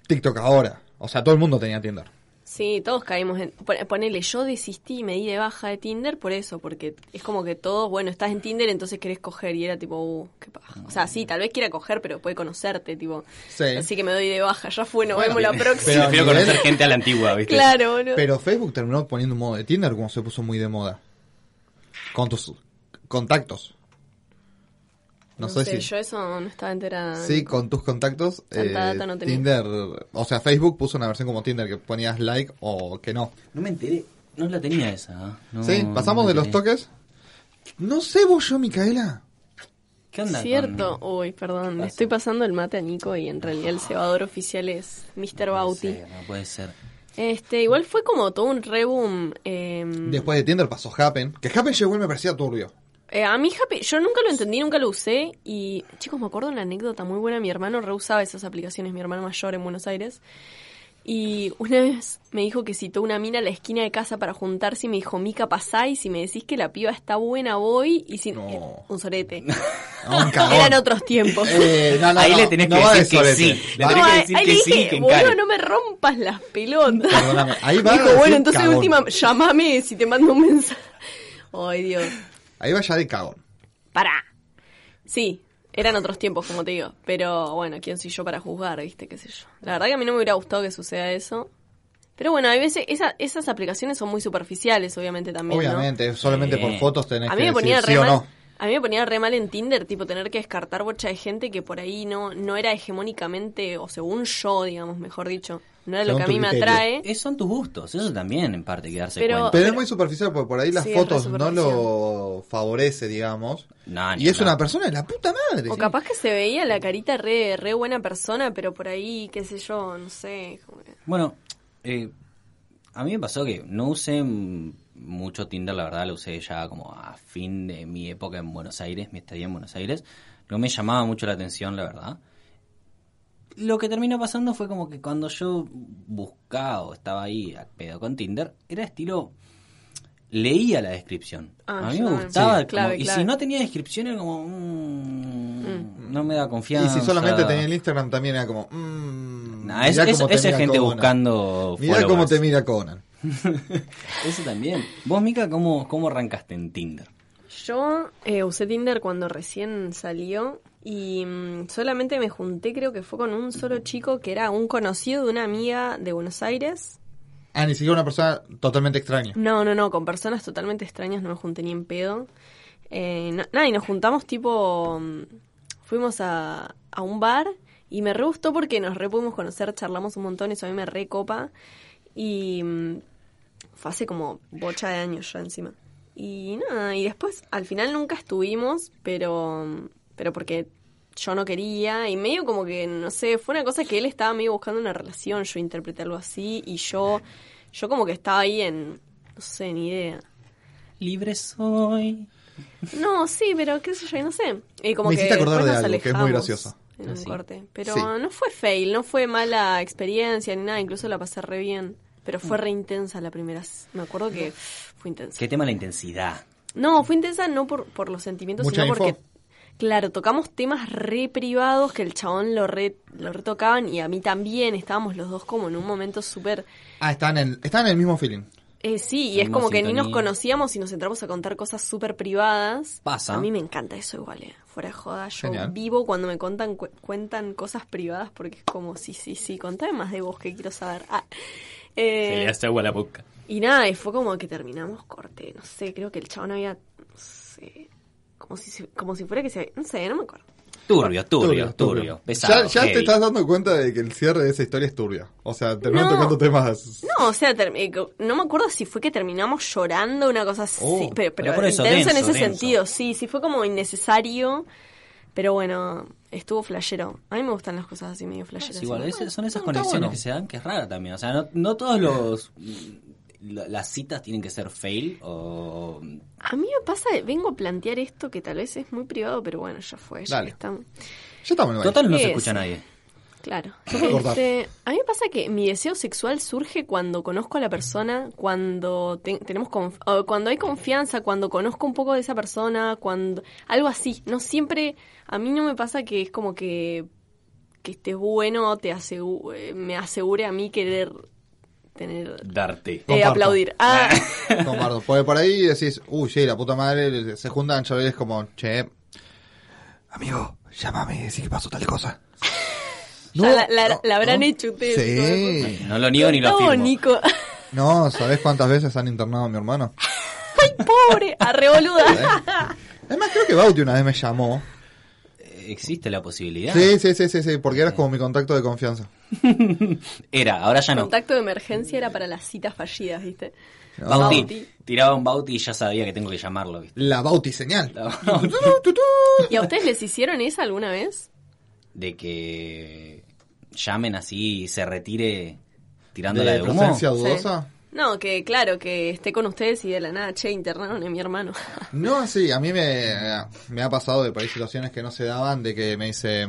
TikTok ahora. O sea, todo el mundo tenía Tinder.
Sí, todos caímos en... pon- Ponele, yo desistí, me di de baja de Tinder por eso, porque es como que todos, bueno, estás en Tinder, entonces querés coger, y era tipo, uh, qué paja. O sea, sí, tal vez quiera coger, pero puede conocerte, tipo.
Sí.
Así que me doy de baja, ya fue, nos
Bueno,
vemos la
bien.
próxima.
Pero
Prefiero
nivel-
conocer gente a la antigua, ¿viste?
Claro, boludo.
(laughs) Pero Facebook terminó poniendo un modo de Tinder como se puso muy de moda. Con tus contactos. No, sé, si...
yo eso no estaba enterada.
Sí, con tus contactos.
Tanta
eh,
data no tenía.
Tinder, o sea, Facebook puso una versión como Tinder que ponías like o que no.
No me enteré. No la tenía esa. ¿ah? No,
sí,
no
pasamos
me
de los
enteré.
toques. No sé vos yo, Micaela.
¿Qué onda?
Cierto.
con-
Uy, perdón, le
pasa?
estoy pasando el mate a Nico y en realidad el cebador oficial es Mr. Bauti.
No, sé, no puede ser.
Este, igual fue como todo un reboom. Eh,
Después de Tinder pasó Happen. Que Happen llegó y me
(laughs)
parecía turbio.
Eh, a mí Happy, yo nunca lo entendí, nunca lo usé y chicos, me acuerdo una anécdota muy buena, mi hermano reusaba esas aplicaciones, mi hermano mayor en Buenos Aires. Y una vez me dijo que citó una mina a la esquina de casa para juntarse y me dijo, Mica, pasá y si me decís que la piba está buena, voy y si...
No.
eh, un sorete.
(laughs) No, un cagón.
Eran otros tiempos.
(laughs) Eh, no, no,
Ahí
no,
le tenés
no
que
va de Ah.
decir que
sorete.
sí. Le
Va-
No,
tenés que
ahí-
decir
ahí
que
le
sí,
dije,
que
"Boludo,
encare".
no me rompas las pelotas.
Perdóname, ahí va a
Dijo,
decir
bueno, entonces
cagón.
última, llamame si te mando un mensaje. Ay, Dios.
Ahí va ya de cagón.
Pará. Sí, eran otros tiempos, como te digo. Pero bueno, quién soy yo para juzgar, viste, qué sé yo. La verdad que a mí no me hubiera gustado que suceda eso. Pero bueno, hay veces, esa- esas aplicaciones son muy superficiales, obviamente, también, ¿no?
Obviamente, solamente
Sí.
por fotos tenés
A
que
mí me ponía
decir sí
re
o
mal.
no.
A mí me ponía re mal en Tinder, tipo, tener que descartar bocha de gente que por ahí no, no era hegemónicamente, o según yo, digamos, mejor dicho, no era
Según
lo que a
tu
mí me
criterio.
atrae.
Es- Eh, son tus gustos, eso también en parte que darse
Pero-
cuenta.
Pero es muy superficial, porque por ahí las
Sí, es
fotos
re
no lo favorece, digamos.
No, ni
y es
hablar.
una persona de la puta madre.
O
sí.
capaz que se veía la carita re, re buena persona, pero por ahí, qué sé yo, no sé. como que-
Bueno, eh, a mí me pasó que no usé mm, mucho Tinder, la verdad, lo usé ya como a fin de mi época en Buenos Aires, mi estadía en Buenos Aires. No me llamaba mucho la atención, la verdad. Lo que terminó pasando fue como que cuando yo buscaba o estaba ahí a pedo con Tinder, era estilo. Leía la descripción.
Ah,
a mí
yo
me
también.
gustaba.
Sí.
como-
Clave,
y
clave.
si no tenía descripción, era como. mm, No me da
y
confianza.
si solamente tenía el Instagram también era como... Mmm,
Nah, es, es- esa gente buscando.
Mirá cómo
followers.
te mira Conan.
Eso también. Vos, Mica, ¿cómo, cómo arrancaste en Tinder?
Yo eh, usé Tinder cuando recién salió y mm, solamente me junté, creo que fue con un solo chico que era un conocido de una amiga de Buenos Aires.
Ah, ni siquiera una persona totalmente extraña.
No, no, no, con personas totalmente extrañas no me junté ni en pedo. Eh, no- nada, y nos juntamos tipo... mm, Fuimos a, a un bar y me re gustó porque nos re pudimos conocer, charlamos un montón, eso a mí me re copa. Y mm, fue hace como bocha de años ya encima. Y nada, y después al final nunca estuvimos, pero, pero porque yo no quería y medio como que, no sé, fue una cosa que él estaba medio buscando una relación, yo interpreté algo así y yo, yo como que estaba ahí en, no sé, ni idea.
Libre soy.
No, sí, pero qué sé yo, no sé. Y como
Me
que
hiciste acordar
después
de
nos
algo que es muy
alejamos
gracioso.
En un
Ah, sí.
corte. Pero
Sí.
no fue fail, no fue mala experiencia ni nada, incluso la pasé re bien. Pero
Mm.
fue re intensa la primera. s- Me acuerdo que fue intensa.
¿Qué tema la intensidad?
No, fue intensa no por, por los sentimientos,
Mucha
sino
info.
porque, claro, tocamos temas re privados que el chabón lo re, lo retocaban y a mí también. Estábamos los dos como en un momento súper...
Ah, están en, están en el mismo feeling.
Eh, sí, y es
Misma
como que ni nos
sintonía.
conocíamos y nos entramos a contar cosas súper privadas.
Pasa.
A mí me encanta eso igual, eh. fuera de joda. Yo
Genial.
vivo cuando me contan cu- cuentan cosas privadas porque es como, sí, sí, sí, contame más de vos que quiero saber. Ah. Eh,
Se le hace agua a la boca.
y nada, y fue como que terminamos corte, no sé, creo que el chabón había, no sé, como si, se- como si fuera que se, no sé, no me acuerdo.
Turbio, turbio, turbio. Pesado,
ya ya te
heavy.
estás dando cuenta de que el cierre de esa historia es turbio. O sea, terminan
No.
tocando temas.
No, o sea, ter- eh, co- no me acuerdo si fue que terminamos llorando, una cosa así,
Oh,
pero, pero
pero por eso,
intenso en
denso,
ese
denso.
sentido, sí, sí fue como innecesario, pero bueno, estuvo flashero. A mí me gustan las cosas así medio flasheras.
Ah, Es igual,
¿no?
es- son esas
está
conexiones
bueno.
que se dan que es rara también. O sea, no, no todos los la- las citas tienen que ser fail o
A mí me pasa, vengo a plantear esto que tal vez es muy privado, pero bueno, ya fue, ya
Dale.
estamos.
Ya estamos en el baile.
total no
Sí,
se escucha
sí.
nadie.
Claro.
Cortar.
Este, a mí me pasa que mi deseo sexual surge cuando conozco a la persona, cuando te- tenemos conf- o cuando hay confianza, cuando conozco un poco de esa persona, cuando algo así. No siempre a mí no me pasa que es como que que estés bueno, te asegu- eh, me asegure a mí querer tener eh,
Darte.
Comparto.
aplaudir. Ah,
Tomardo. Porque por ahí decís, uy, sí, la puta madre, se juntan chavales como, che. Amigo, llámame y decí que pasó tal cosa.
(laughs) Ya la- la- la habrán hecho ustedes, hijo
Sí.
No lo niego ni lo
está
afirmo.
bonito.
No, ¿sabés cuántas veces han internado a mi hermano?
Ay, pobre, arreboluda.
Además, creo que Bauti una vez me llamó.
Existe la posibilidad.
Sí, sí, sí, sí, sí, porque eras como mi contacto de confianza.
Era, ahora ya no.
Contacto de emergencia era para las citas fallidas, ¿viste?
No.
Bauti.
Bauti.
Tiraba un Bauti y ya sabía que tengo que llamarlo,
(laughs)
¿viste?
La Bauti señal.
La-
¿Y a ustedes les hicieron esa alguna vez?
De que llamen así y se retire tirándola de,
De
humo.
presencia
Sí.
dudosa.
No, que claro, que esté con ustedes y de la nada, che, internaron a mi hermano. (laughs)
No, sí, a mí me, me ha pasado de por ahí situaciones que no se daban, de que me dice,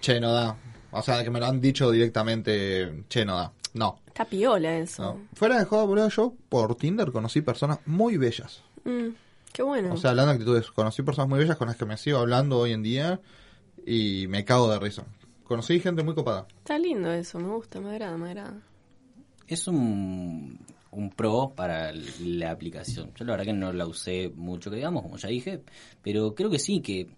che, no da. O sea, que me lo han dicho directamente, che, no da. No,
Está piola eso.
no. Fuera de joda, boludo, yo por Tinder conocí personas muy bellas.
Mm, qué bueno.
O sea, hablando de actitudes, conocí personas muy bellas con las que me sigo hablando hoy en día y me cago de risa. Conocí gente muy copada.
Está lindo eso, me gusta, me agrada, me agrada.
Es un, un pro para la aplicación. Yo la verdad que no la usé mucho, que digamos, como ya dije, pero creo que sí, que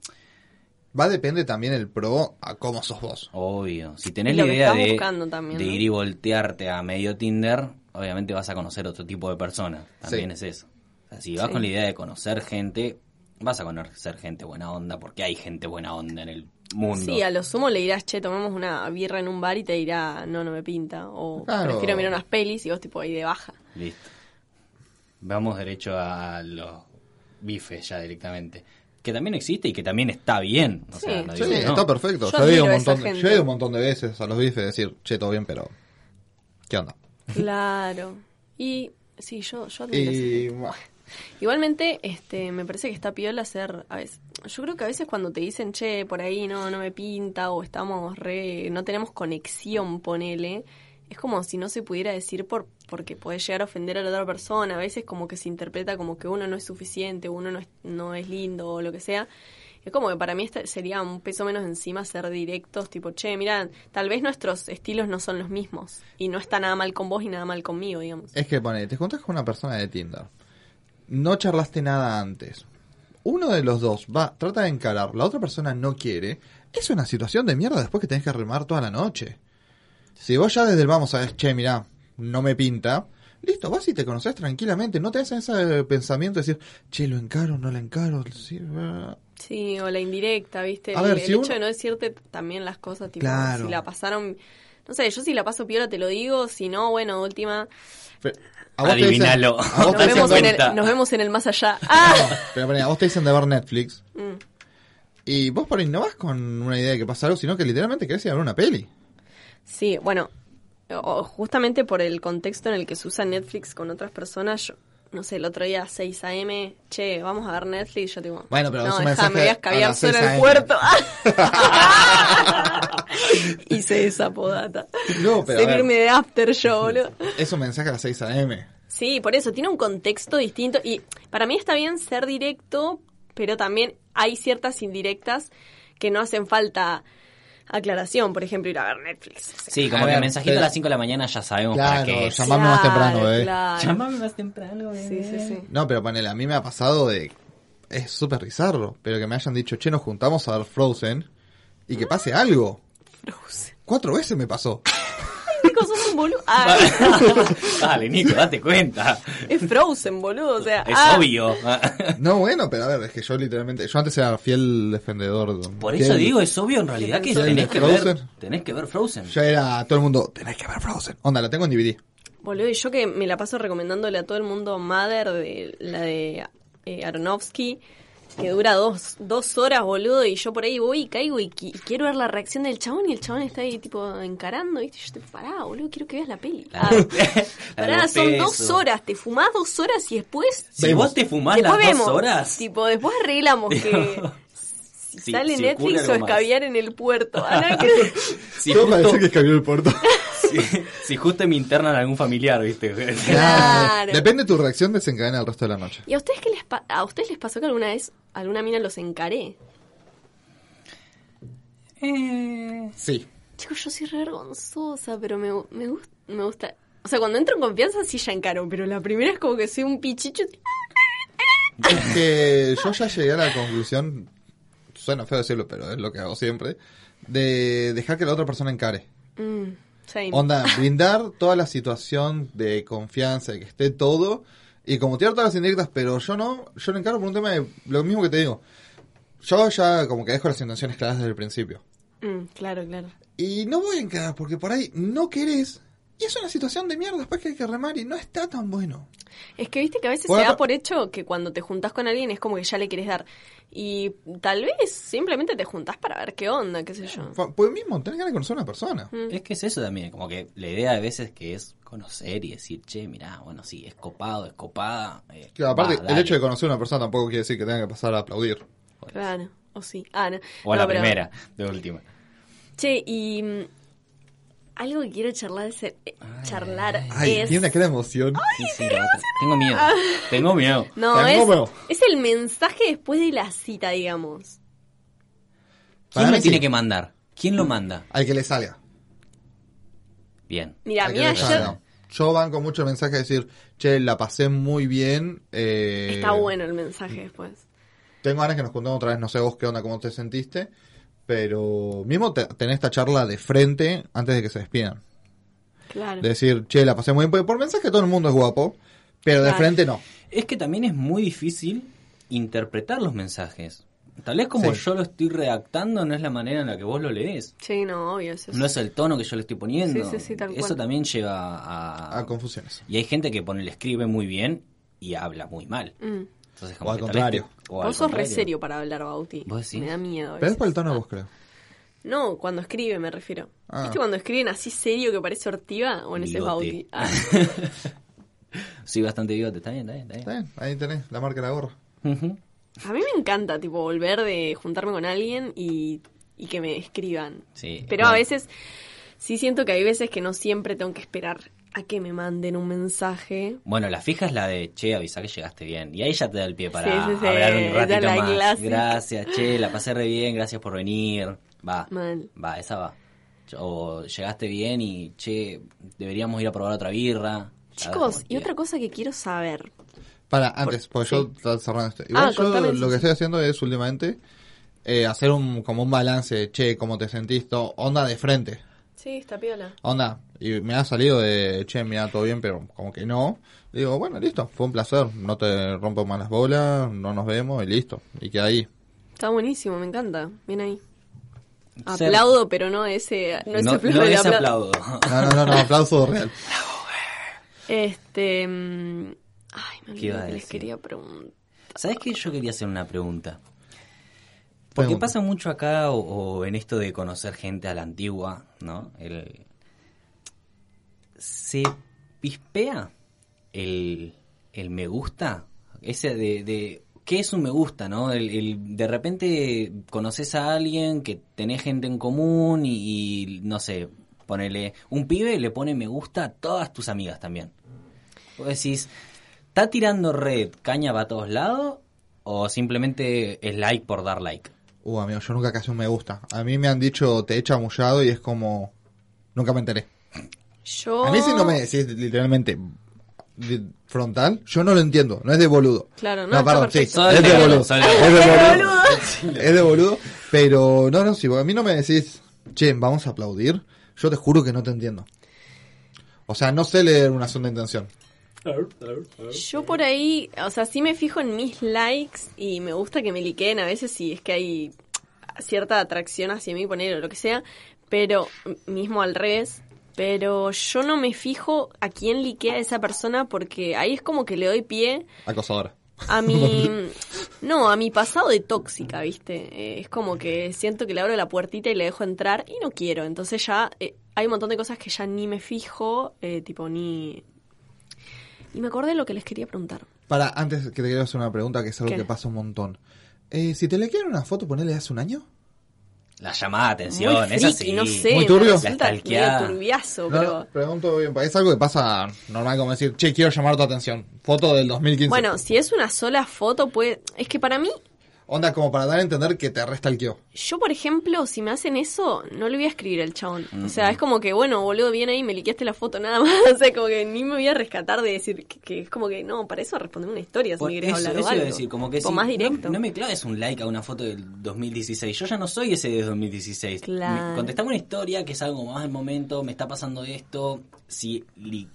Va, depende también el pro a cómo sos vos.
obvio, si tenés
Y lo
la
que
idea
estás
de,
buscando también,
de
¿no?
ir y voltearte a medio Tinder, obviamente vas a conocer otro tipo de personas, también
Sí.
es eso. O sea, si vas
Sí.
con la idea de conocer gente, vas a conocer gente buena onda, porque hay gente buena onda en el mundo.
Sí, a lo sumo le dirás, che, tomamos una birra en un bar y te dirá, no, no me pinta. O
Claro.
prefiero mirar unas pelis y vos, tipo, ahí de
(laughs)
baja.
Listo. Vamos derecho a los bifes ya directamente. Que también existe y que también está bien. O
Sí,
sea, no
Sí,
digo que no.
está perfecto.
Yo
Yo, he ido
admiro
un
a esa
montón, de- yo
gente.
he ido un montón de veces a los bifes a decir, che, todo bien, pero... ¿Qué onda?
Claro. Y sí, yo, yo admiro esa
Y...
gente. Igualmente, este, me parece que está piola hacer a veces. Yo creo que a veces cuando te dicen, che, por ahí no, no me pinta, o estamos re, no tenemos conexión, ponele, es como si no se pudiera decir por, porque puede llegar a ofender a la otra persona. A veces como que se interpreta como que uno no es suficiente, uno no es, no es lindo, o lo que sea. Es como que para mí esta- sería un peso menos encima ser directos, tipo, che, mirá, tal vez nuestros estilos no son los mismos. Y no está nada mal con vos y nada mal conmigo, digamos.
Es que, pone, te juntas con una persona de Tinder. No charlaste nada antes. Uno de los dos va, trata de encarar, la otra persona no quiere. Es una situación de mierda después que tenés que remar toda la noche. Si vos ya desde el vamos a ver, che, mirá, no me pinta. Listo, vas y te conoces tranquilamente. No te hacen ese pensamiento de decir, che, lo encaro, no lo encaro. sí, eh.
Sí, o la indirecta, ¿viste?
A
el el
ver, si
hecho
uno-
de no decirte t- también las cosas, tipo,
Claro.
si la pasaron... No sé, yo si la paso piola te lo digo, si no, bueno, de última...
Fe- a vos te dicen-
Adivinalo.
a vos
Nos
te dicen
vemos,
ver-
en
cuenta.
el, nos vemos en el más
(laughs)
allá. ¡Ah!
Pero poné, a vos te dicen de ver Netflix.
Mm.
Y vos por ahí no vas con una idea de que pasa algo, sino que literalmente querés ir a ver una peli.
Sí, bueno, o- o justamente por el contexto en el que se usa Netflix con otras personas, yo no sé, el otro día a 6 a.m., che, vamos a ver Netflix, yo tipo,
Bueno, pero es
no,
un
dejá,
mensaje
me voy a
a
escabiar
las
solo
6
el
AM. (laughs)
puerto. (laughs) Hice esa podata.
No, pero a ver.
Servirme de after show, boludo.
Es un mensaje a las 6 a.m.
Sí, por eso, tiene un contexto distinto y para mí está bien ser directo, pero también hay ciertas indirectas que no hacen falta aclaración, por ejemplo, ir a ver Netflix.
Sí,
A
como que
ver,
el mensajito
pero-
a las 5 de la mañana ya sabemos para
Claro,
qué (laughs) es.
llamame más temprano, eh. bebé.
claro.
Llamame más temprano, bebé.
Sí, sí, sí.
No, pero panel, a mí me ha pasado de. Es súper bizarro, pero que me hayan dicho, che, nos juntamos a ver Frozen y que pase algo.
Frozen.
Cuatro veces me pasó.
Nico, sos un boludo. Ah,
(laughs) Dale, Nico, date cuenta.
es Frozen, boludo. O sea,
Es
ah, (laughs)
obvio.
No, bueno, pero a ver, es que yo literalmente. Yo antes era fiel defendedor. de-
Por eso
fiel-
digo, es obvio en realidad que
canción?
tenés que, ver,
Frozen?
tenés que ver Frozen.
Yo era todo el mundo, tenés que ver Frozen. Onda, la tengo en DVD.
Boludo, y yo que me la paso recomendándole a todo el mundo Mother, de, la de eh, Aronofsky, que dura dos, dos horas, boludo, y yo por ahí voy y caigo y, qui- y quiero ver la reacción del chabón y el chabón está ahí tipo encarando, ¿viste? Y yo te pará, boludo, quiero que veas la peli.
(laughs) La-
Ah,
la
pará, son
bostezo.
dos horas, te fumás dos horas y después...
Si
Vemos.
vos te fumás
después
las dos
vemos,
horas,
tipo, después arreglamos que...
si-
sale
si ocurre
Netflix
algo
o
más.
escabiar en el puerto. Ah, no,
(laughs)
que-
Si
Todo
justo,
parece que escribió
(laughs)
el puerto.
si, si justo me internan a algún familiar, ¿viste?
Claro.
Depende de tu reacción, desencadena el resto de la noche.
¿Y a ustedes, qué les pa- a ustedes les pasó que alguna vez alguna mina los encaré?
Eh,
Sí.
Chicos, yo soy re vergonzosa, pero me, gu- me, gus- me gusta. O sea, cuando entro en confianza sí ya encaro, pero la primera es como que soy un pichicho.
Es que yo ya llegué a la conclusión, suena feo decirlo, pero es lo que hago siempre, de dejar que la otra persona encare.
Mm, same.
Onda, brindar toda la situación de confianza, de que esté todo, y como tirar todas las indirectas, pero yo no, yo no encaro por un tema de lo mismo que te digo. Yo ya como que dejo las intenciones claras desde el principio.
Mm, claro, claro.
Y no voy a encarar, porque por ahí no querés, y es una situación de mierda después que hay que remar y no está tan bueno.
Es que viste que a veces
Bueno,
se da
pero-
por hecho que cuando te juntás con alguien es como que ya le querés dar. Y tal vez simplemente te juntás para ver qué onda, qué sé yo.
Fa- Por el mismo, tenés ganas de conocer a una persona.
Es que es eso también, como que la idea de veces que es conocer y decir, che, mirá, bueno, sí, es copado, es copada. eh,
Claro, aparte,
va,
el
dale".
hecho de conocer a una persona tampoco quiere decir que tenga que pasar a aplaudir.
Claro, o sí. Ah, no.
O a la
No, pero-
primera, de última.
Che, y mm, algo que quiero charlar es, eh, charlar
Ay,
es
tiene una cara de emoción.
Sí, sí, la otra. tengo miedo, tengo miedo.
No,
Tengo
es,
huevo.
es el mensaje después de la cita, digamos.
Para
¿Quién
mí
lo tiene
sí.
que mandar? ¿Quién lo manda?
Al que le salga.
Bien.
Mira, a
Al
mí
que le
ayer
salga. Yo banco mucho el mensaje de decir, che, la pasé muy bien. eh,
está bueno el mensaje después.
Tengo ganas que nos juntemos otra vez, no sé vos qué onda, cómo te sentiste. Pero mismo te- tener esta charla de frente antes de que se despidan.
Claro.
De decir, che, la pasé muy bien. Porque por mensaje todo el mundo es guapo, pero de
Claro.
frente no.
Es que también es muy difícil interpretar los mensajes. Tal vez como
Sí.
yo lo estoy redactando no es la manera en la que vos lo lees.
Sí, no, obvio. Eso es-
No es el tono que yo le estoy poniendo.
Sí, sí, sí, tal
Eso
cual.
también lleva a...
A confusiones.
Y hay gente que pone, le escribe muy bien y habla muy mal.
Mm.
Entonces, como
O al
que tal vez
contrario.
te- o al
Vos sos re
contrario.
serio para hablar, Bauti.
¿Vos decís?
Me da miedo. a
Pero es
veces.
por el tono de vos, creo.
No, cuando escribe me refiero.
Ah.
¿Viste cuando escriben así serio que parece ortiva? Bueno, ese es Bauti.
Bigote.
Ah.
(laughs) Soy bastante bigote, está bien, está bien, está
Está bien, ahí tenés la marca de la gorra.
bien. Ujú.
A mí me encanta, tipo, volver de juntarme con alguien y, y que me escriban.
Sí,
Pero a
bueno.
veces sí siento que hay veces que no siempre tengo que esperar a que me manden un mensaje.
Bueno, la fija es la de, che, avisa que llegaste bien. Y ahí ya te da el pie para
Sí, sí, sí.
hablar un
Esa es
ratito
la
más.
clásica.
Gracias, che, la pasé re bien, gracias por venir. Va,
Mal.
va, esa va. O llegaste bien y, che, deberíamos ir a probar otra birra. Ya das
Chicos,
como el
y
pie.
otra cosa que quiero saber.
Para, antes, porque yo estaba cerrando esto.
Ah,
Igual
contame,
yo
sí,
lo
sí.
que estoy haciendo es últimamente eh, hacer un como un balance de, che, cómo te sentís, todo, onda de frente.
Sí, está piola.
Onda, y me ha salido de, che, mira, todo bien, pero como que no. Digo, bueno, listo, fue un placer, no te rompo más las bolas, no nos vemos y listo. Y queda ahí.
Está buenísimo, me encanta. Bien ahí.
Ser-
Aplaudo, pero no ese, no, ese
No,
aplauso
no
de
es
apla-
aplaudo. (laughs)
No, no, no,
(laughs)
no, aplauso real.
Este. mm, Ay, me olvidé
iba a
lo que les
decir?
quería preguntar.
¿Sabes qué? Yo quería hacer una pregunta. Porque
Pregunta.
pasa mucho acá o, o en esto de conocer gente a la antigua, ¿no? El... Se pispea el el me gusta, ese de, de ¿qué es un me gusta, no? El, el- de repente conoces a alguien que tenés gente en común y, y, no sé, ponele, un pibe le pone me gusta a todas tus amigas también. Vos decís, ¿está tirando red caña para todos lados o simplemente es like por dar like?
Uh, amigo, yo nunca casi un me gusta. A mí me han dicho te he chamullado y es como. Nunca me enteré.
Yo.
A mí, si no
Oh.
me decís literalmente de- frontal, yo no lo entiendo. No es de boludo.
Claro, no, está
perdón, sí.
perfecto.
Soy
Es de
de-
boludo.
soy de-
Es de
boludo.
boludo. Es de boludo. Pero no, no, si vos- a mí no me decís, che, vamos a aplaudir, yo te juro que no te entiendo. O sea, no sé leer una segunda intención.
Yo por ahí, o sea, sí me fijo en mis likes y me gusta que me liqueen a veces si es que hay cierta atracción hacia mí, poner o lo que sea, pero mismo al revés. Pero yo no me fijo a quién liquea esa persona porque ahí es como que le doy pie
Acosadora.
a
(laughs)
mi. No, a mi pasado de tóxica, ¿viste? Eh, es como que siento que le abro la puertita y le dejo entrar y no quiero. Entonces ya eh, hay un montón de cosas que ya ni me fijo, eh, tipo ni. Y me acordé de lo que les quería preguntar.
Para, antes que te quiero hacer una pregunta, que es algo
¿Qué?
que pasa un montón. Eh, si te le quieren una foto, ponele hace un año.
La llamada de atención,
Muy
es
friki,
así.
no sé,
Muy
me
turbio.
resulta
La stalkeada.
medio turbiazo,
No,
pero...
no, pregunto bien, es algo que pasa normal como decir, che, quiero llamar tu atención. Foto del 2015.
Bueno, si es una sola foto, puede... Es que para mí,
Onda como para dar a entender que te resta el kio.
yo por ejemplo, si me hacen eso, no le voy a escribir al chabón. O sea, es como que, bueno, boludo, bien ahí, me liqueaste la foto nada (laughs) más. O sea, como que ni me voy a rescatar de decir que, que es como que, no, para eso responder una historia,
Por
si me querés
Pues eso,
hablar
eso
o
iba
algo.
a decir, como que
Tipo,
sí,
más
no-
directo.
No, me claves un like a una foto del 2016. Yo ya no soy ese de 2016. Me-
Claro.
Contestame una historia que es algo más del momento, me está pasando esto. Si li,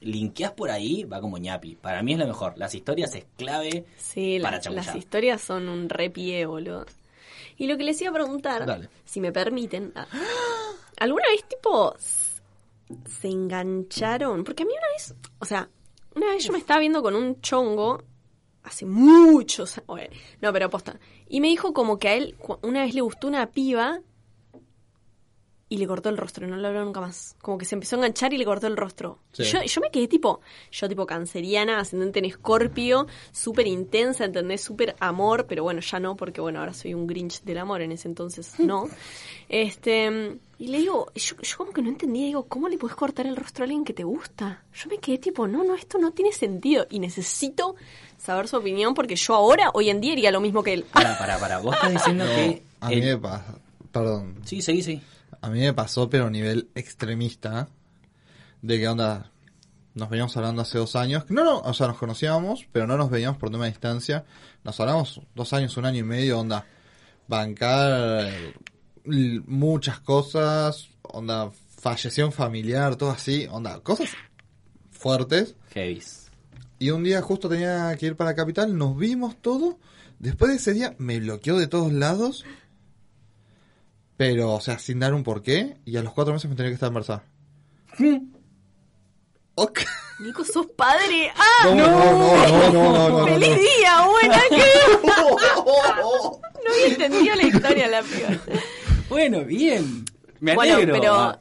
linkeás por ahí, va como ñapi. Para mí es lo mejor. Las historias es clave
Sí, la-
para chamullar.
las historias son un repie, boludo. Y lo que les iba a preguntar,
Dale.
si me permiten, ah, ¿alguna vez tipo s- se engancharon? Porque a mí una vez, o sea, una vez yo me estaba viendo con un chongo hace muchos años, no, pero aposta, y me dijo como que a él cu- una vez le gustó una piba y le cortó el rostro, y no lo habló nunca más. Como que se empezó a enganchar y le cortó el rostro.
Sí.
Yo, yo me quedé tipo, yo tipo canceriana, ascendente en escorpio, súper intensa, ¿entendés? Súper amor, pero bueno, ya no, porque bueno, ahora soy un grinch del amor, en ese
(laughs)
entonces no. Este, y le digo, yo, yo como que no entendía, digo, ¿cómo le puedes cortar el rostro a alguien que te gusta? Yo me quedé tipo, no, no, esto no tiene sentido y necesito saber su opinión porque yo ahora, hoy en día, haría lo mismo que él.
Para, para, para. Vos estás
(laughs)
diciendo que.
A
el-
mí me pasa. Perdón.
Sí, seguí, seguí.
A mí me pasó, pero a nivel extremista, de que onda, nos veníamos hablando hace dos años, no, no, o sea, nos conocíamos, pero no nos veíamos por tema de distancia, nos hablamos dos años, un año y medio, onda, bancar eh, l- muchas cosas, onda, falleció un familiar, todo así, onda, cosas fuertes,
Heavis.
y un día justo tenía que ir para Capital, nos vimos todo. Después de ese día me bloqueó de todos lados. Pero, o sea, sin dar un porqué. Y a los cuatro meses me tenía que estar embarazada. Ok.
Nico, sos padre. ¡Ah!
No, no, no, no, no, no, no,
¡Feliz
no.
día! ¡Buena! que- No había entendido la historia la piba.
Bueno, bien. Me
Bueno,
alegro.
pero-
Ah,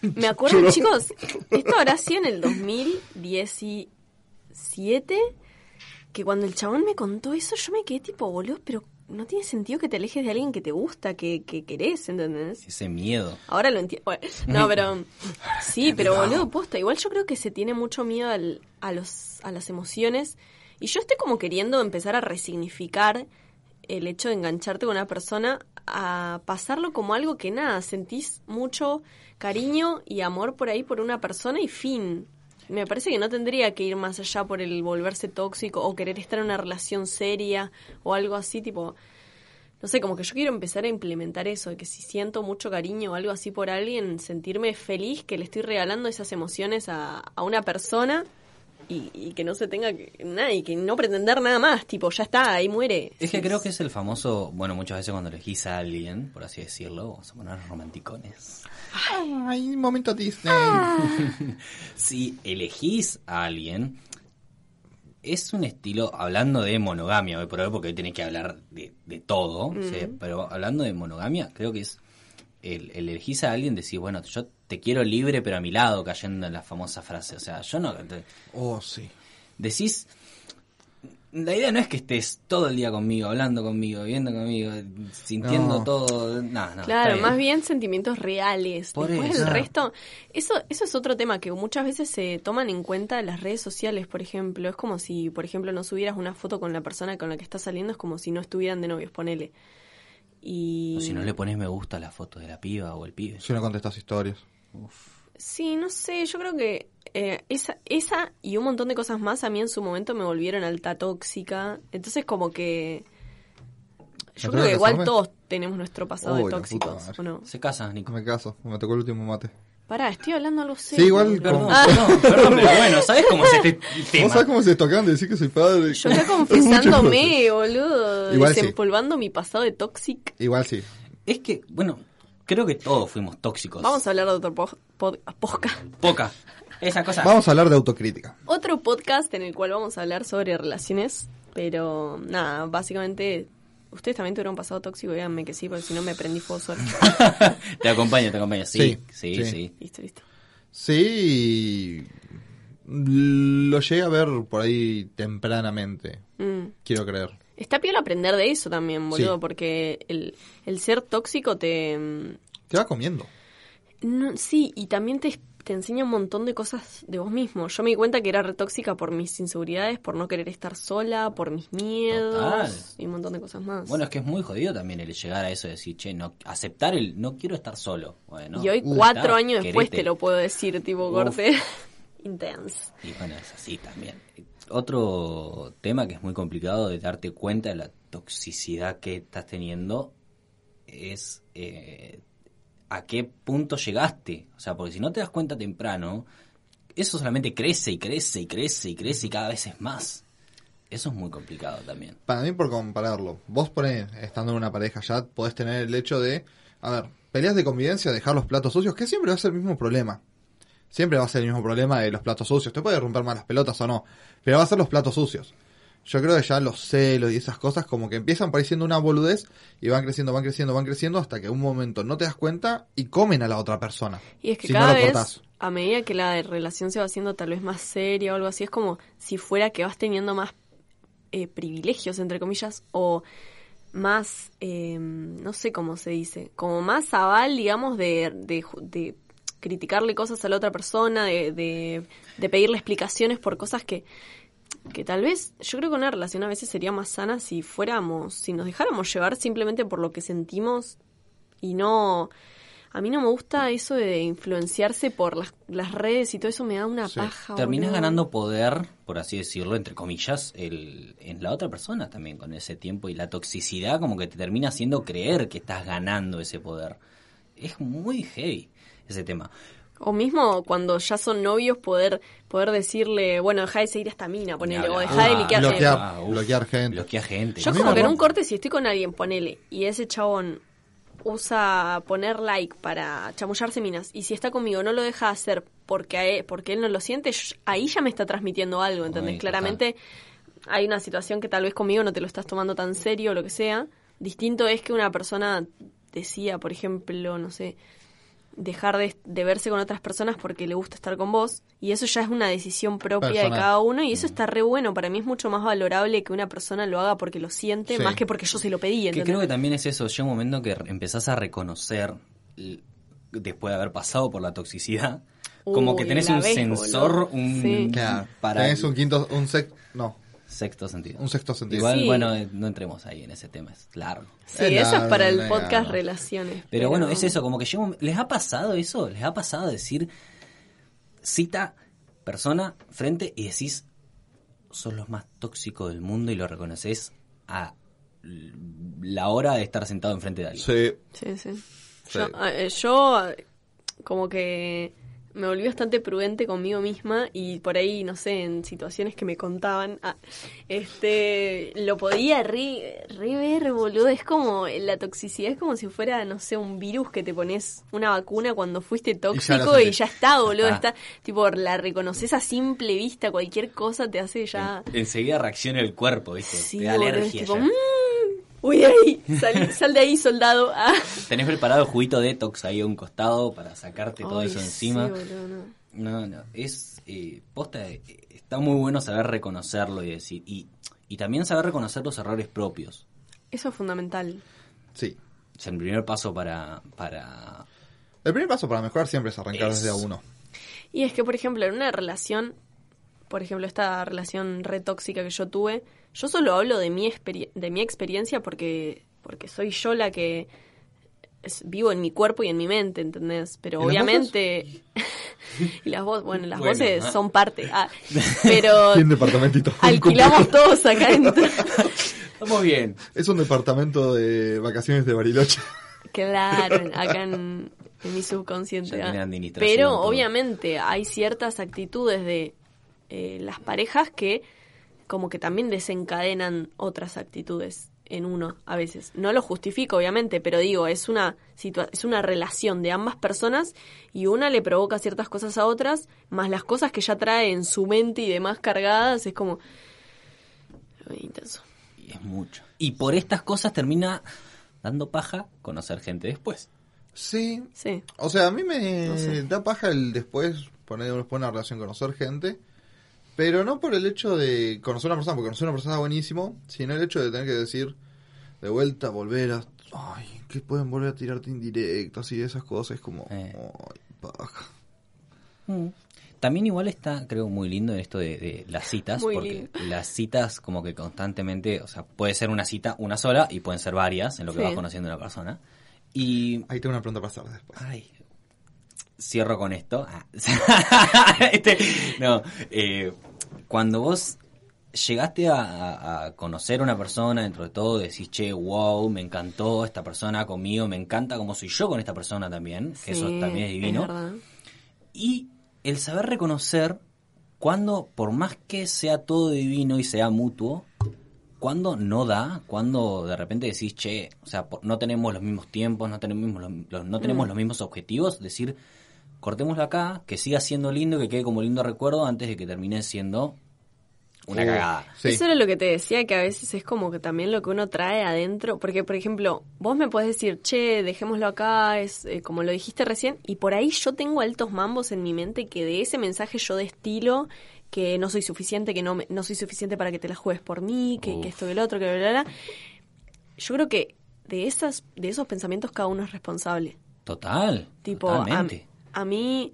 Me acuerdo, chicos, esto habrá sido en el 2017, que cuando el chabón me contó eso, yo me quedé tipo, boludo, pero no tiene sentido que te alejes de alguien que te gusta, que, que querés, ¿entendés?
Ese miedo.
Ahora lo entiendo. no, pero. Sí, pero boludo, posta. Igual yo creo que se tiene mucho miedo al- a, los, a las emociones. Y yo estoy como queriendo empezar a resignificar el hecho de engancharte con una persona a pasarlo como algo que nada. Sentís mucho cariño y amor por ahí por una persona y fin. Me parece que no tendría que ir más allá por el volverse tóxico o querer estar en una relación seria o algo así, tipo no sé, como que yo quiero empezar a implementar eso, de que si siento mucho cariño o algo así por alguien, sentirme feliz que le estoy regalando esas emociones a, a una persona y, y que no se tenga que, nada, y que no pretender nada más, tipo, ya está, ahí muere.
Es que creo que es el famoso, bueno, muchas veces cuando elegís a alguien, por así decirlo, vamos a poner romanticones.
Ay, momento Disney.
si elegís a alguien, es un estilo, hablando de monogamia, hoy por hoy, porque hoy tenés que hablar de, de todo, ¿sí? pero hablando de monogamia, creo que es el, el elegís a alguien, decís, bueno, yo te quiero libre, pero a mi lado, cayendo en la famosa frase. O sea, yo no.
Oh, sí.
decís... La idea no es que estés todo el día conmigo, hablando conmigo, viviendo conmigo, sintiendo
No.
todo... No, no,
Claro,
está bien.
más bien sentimientos reales.
Por
Después
eso.
el resto, eso, eso es otro tema que muchas veces se toman en cuenta las redes sociales, por ejemplo. Es como si, por ejemplo, no subieras una foto con la persona con la que estás saliendo, es como si no estuvieran de novios, ponele. Y
O si no le pones me gusta a la foto de la piba o el pibe.
Yo no contesto esas historias.
sí, no sé, yo creo que eh, esa, esa y un montón de cosas más a mí en su momento me volvieron alta tóxica. Entonces como que yo creo
¿No tenés
que igual
resumen?
todos tenemos nuestro pasado
Uy,
de
la
tóxicos,
puta
¿o
madre.
no?
Se casan, Nico.
Me caso, me tocó el último mate.
Pará, estoy hablando algo serio.
igual
boludo.
Perdón,
Ah.
perdón, perdón, pero bueno, ¿sabes cómo es este
¿Vos sabés
tema?
cómo se tocaban de decir que soy padre?
Yo acá
Muchas
confesándome, boludo,
Igual sí.
desempolvando mi pasado de toxic.
cosas. (laughs) Igual sí.
Es que, bueno, creo que todos fuimos tóxicos.
Vamos a hablar de otro po- pod- podcast.
Poca. Esa cosa.
Vamos a hablar de autocrítica.
Otro podcast en el cual vamos a hablar sobre relaciones, pero nada, básicamente ustedes también tuvieron pasado tóxico, díganme que sí, porque si no me prendí fuego
(laughs)
solo.
(laughs) te acompaño, te acompaño. Sí, sí,
Sí,
sí.
sí.
listo, listo.
Sí, lo llegué a ver por ahí tempranamente,
Mm.
quiero creer.
Está piola aprender de eso también, boludo,
Sí.
porque el, el ser tóxico te... mm,
Te va comiendo.
No, sí, y también te, te enseña un montón de cosas de vos mismo. Yo me di cuenta que era retóxica por mis inseguridades, por no querer estar sola, por mis miedos
Total.
y un montón de cosas más.
Bueno, es que es muy jodido también el llegar a eso de decir, che, no, aceptar el no quiero estar solo. Bueno,
y hoy,
uh,
cuatro
está,
años después,
querete.
te lo puedo decir, tipo
Uf.
corte. (laughs) Intense.
Y bueno, es así también. Otro tema que es muy complicado de darte cuenta de la toxicidad que estás teniendo es eh, a qué punto llegaste. O sea, porque si no te das cuenta temprano, eso solamente crece y crece y crece y crece y cada vez es más. Eso es muy complicado también.
Para mí, por compararlo, vos por ahí, estando en una pareja ya, podés tener el hecho de, a ver, peleas de convivencia, dejar los platos sucios, que siempre va a ser el mismo problema. Siempre va a ser el mismo problema de los platos sucios. Te puede romper más las pelotas o no, pero va a ser los platos sucios. Yo creo que ya los celos y esas cosas como que empiezan pareciendo una boludez y van creciendo, van creciendo, van creciendo hasta que un momento no te das cuenta y comen a la otra persona.
Y es que
si
cada
no lo
vez,
cortás.
a medida que la relación se va haciendo tal vez más seria o algo así, es como si fuera que vas teniendo más eh, privilegios, entre comillas, o más, eh, no sé cómo se dice, como más aval, digamos, de, de, ju- de criticarle cosas a la otra persona, de, de, de pedirle explicaciones por cosas que, que tal vez, yo creo que una relación a veces sería más sana si fuéramos, si nos dejáramos llevar simplemente por lo que sentimos y no... A mí no me gusta eso de influenciarse por las, las redes y todo eso me da una
Sí,
paja.
Terminas
boludo.
ganando poder, por así decirlo, entre comillas, el, en la otra persona también con ese tiempo y la toxicidad como que te termina haciendo creer que estás ganando ese poder. Es muy heavy ese tema.
O mismo cuando ya son novios poder poder decirle, bueno, deja de seguir a esta mina, ponele,
Ni
o
hablar.
deja de
Ah,
liquear.
bloquear.
Eh,
uf,
bloquear gente.
Bloquea gente.
Yo
A mí
como
me
que en
rompe.
un corte, si estoy con alguien, ponele, y ese chabón usa poner like para chamullarse minas, y si está conmigo no lo deja hacer porque, a él, porque él no lo siente, yo- ahí ya me está transmitiendo algo, ¿entendés?
Ay, total.
Claramente hay una situación que tal vez conmigo no te lo estás tomando tan serio o lo que sea. Distinto es que una persona decía, por ejemplo, no sé, dejar de, de verse con otras personas porque le gusta estar con vos. Y eso ya es una decisión propia de
Personal.
cada uno y eso está re bueno. Para mí es mucho más valorable que una persona lo haga porque lo siente
Sí.
más que porque yo se lo pedí.
Que
¿entendés?
creo que también es eso, llega un momento que empezás a reconocer, l- después de haber pasado por la toxicidad, como que
Uy,
tenés
Uh, la
un
ves,
sensor,
boludo.
un...
Sí.
Claro,
para
tenés un quinto, un sec, no,
sexto sentido.
un sexto sentido.
Igual,
Sí.
bueno, eh, no entremos ahí en ese tema, es largo.
Sí,
Eh,
eso es
la-
para el
la-
podcast
la-
Relaciones.
Pero bueno, es eso, como que llega un- ¿Les ha pasado eso? ¿Les ha pasado decir cita, persona, frente y decís, sos los más tóxicos del mundo y lo reconoces a l- la hora de estar sentado enfrente de alguien?
Sí.
Sí, sí.
Sí.
Yo, a- eh, yo, eh, como que me volví bastante prudente conmigo misma y por ahí, no sé, en situaciones que me contaban, ah, este, lo podía re, re ver, boludo. Es como, la toxicidad es como si fuera, no sé, un virus que te pones una vacuna cuando fuiste tóxico y ya,
sentís.
está, boludo.
Ah.
Está, tipo, la reconoces a simple vista, cualquier cosa te hace ya...
En- enseguida reacciona el cuerpo, ¿viste?
Sí,
Te da
boludo, es
alergia.
tipo,
ya.
"Mm, uy, ahí, sal, sal de ahí, soldado. Ah.
Tenés preparado el juguito detox ahí a un costado para sacarte todo
Ay,
eso encima.
sí, boludo, no.
No, no, es eh, posta, eh, está muy bueno saber reconocerlo y decir, y, y también saber reconocer los errores propios.
Eso es fundamental.
Sí.
O sea, el primer paso para, para
El primer paso para mejorar siempre es arrancar desde
Eso.
uno.
Y es que, por ejemplo, en una relación, por ejemplo, esta relación re tóxica que yo tuve, yo solo hablo de mi, experi- de mi experiencia porque, porque soy yo la que es- vivo en mi cuerpo y en mi mente, ¿entendés? Pero
¿Y las
obviamente... (laughs) y las voces, bueno, las
Bueno,
voces
ah.
son parte.
(laughs)
Ah, pero
Tiene un departamentito.
alquilamos todos acá adentro.
Estamos bien.
(laughs) Es un departamento de vacaciones de Bariloche.
Claro, en- acá en, en mi subconsciente.
Ya
ah.
tiene administración,
Pero
todo.
obviamente hay ciertas actitudes de eh, las parejas que como que también desencadenan otras actitudes en uno a veces. No lo justifico, obviamente, pero digo, es una, situa- es una relación de ambas personas y una le provoca ciertas cosas a otras, más las cosas que ya trae en su mente y demás cargadas, es como... Muy intenso.
Y es mucho. Y por estas cosas termina dando paja conocer gente después.
Sí.
Sí.
O sea, a mí me
No sé.
da paja el después poner una buena relación, conocer gente. Pero no por el hecho de conocer a una persona, porque conocer a una persona es buenísimo, sino el hecho de tener que decir de vuelta, volver a. Ay, que pueden volver a tirarte indirectas y esas cosas. Es como.
Eh.
Ay, paja.
Mm.
También igual está, creo, muy lindo esto de, de las citas,
Muy
porque
lindo.
las citas como que constantemente, o sea, puede ser una cita una sola y pueden ser varias en lo que
Sí.
vas conociendo a una persona. Y
Ahí tengo una pregunta para hacer después.
Ay. Cierro con esto. Ah. (laughs) Este, no, eh, cuando vos llegaste a- a, a conocer a una persona, dentro de todo, decís, che, wow, me encantó esta persona conmigo, me encanta como soy yo con esta persona también, que eso
Sí,
también es divino.
verdad.
Y el saber reconocer cuando, por más que sea todo divino y sea mutuo, cuando no da, cuando de repente decís, che, o sea, po- no tenemos los mismos tiempos, no tenemos los, los- no tenemos
Mm.
los mismos objetivos, decir, cortémoslo acá, que siga siendo lindo, que quede como lindo recuerdo antes de que termine siendo una
Oh,
cagada.
Sí.
Eso era lo que te decía, que a veces es como que también lo que uno trae adentro, porque por ejemplo, vos me podés decir, che, dejémoslo acá, es eh, como lo dijiste recién, y por ahí yo tengo altos mambos en mi mente que de ese mensaje yo destilo que no soy suficiente, que no, me- no soy suficiente para que te la juegues por mí, que,
Uf.
que esto que el otro, que bla, bla, bla. Yo creo que de, esas, de esos pensamientos cada uno es responsable.
Total.
Tipo, a,
totalmente.
a mí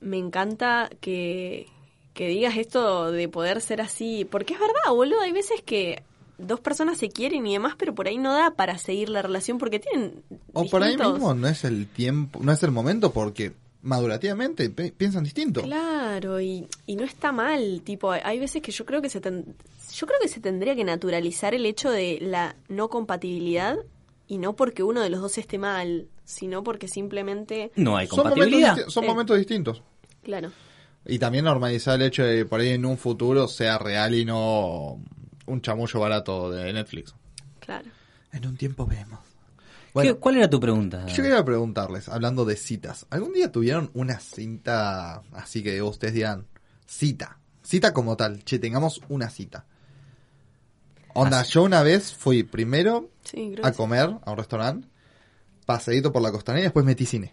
me encanta que, que digas esto de poder ser así, porque es verdad, boludo, hay veces que dos personas se quieren y demás, pero por ahí no da para seguir la relación porque tienen...
O por ahí
distintos-
mismo no es el tiempo, no es el momento porque madurativamente pe- piensan distinto.
Claro, y, y no está mal, tipo, hay- hay veces que yo creo que se ten- yo creo que se tendría que naturalizar el hecho de la no compatibilidad y no porque uno de los dos esté mal, sino porque simplemente,
Mm.
No hay
Son, momentos,
compatibilidad.
disti- son
Sí.
momentos distintos.
claro,
Y también normalizar el hecho de que por ahí en un futuro sea real y no un chamullo barato de Netflix.
claro.
En un tiempo vemos.
¿Qué-
Bueno,
¿Cuál era tu pregunta?
yo quería preguntarles, hablando de citas, ¿algún día tuvieron una cinta así que ustedes digan cita? Cita como tal, che, tengamos una cita. Onda, yo una vez fui primero
Sí, creo
a
que sí.
comer a un restaurante, paseíto por la costanera y después metí cine.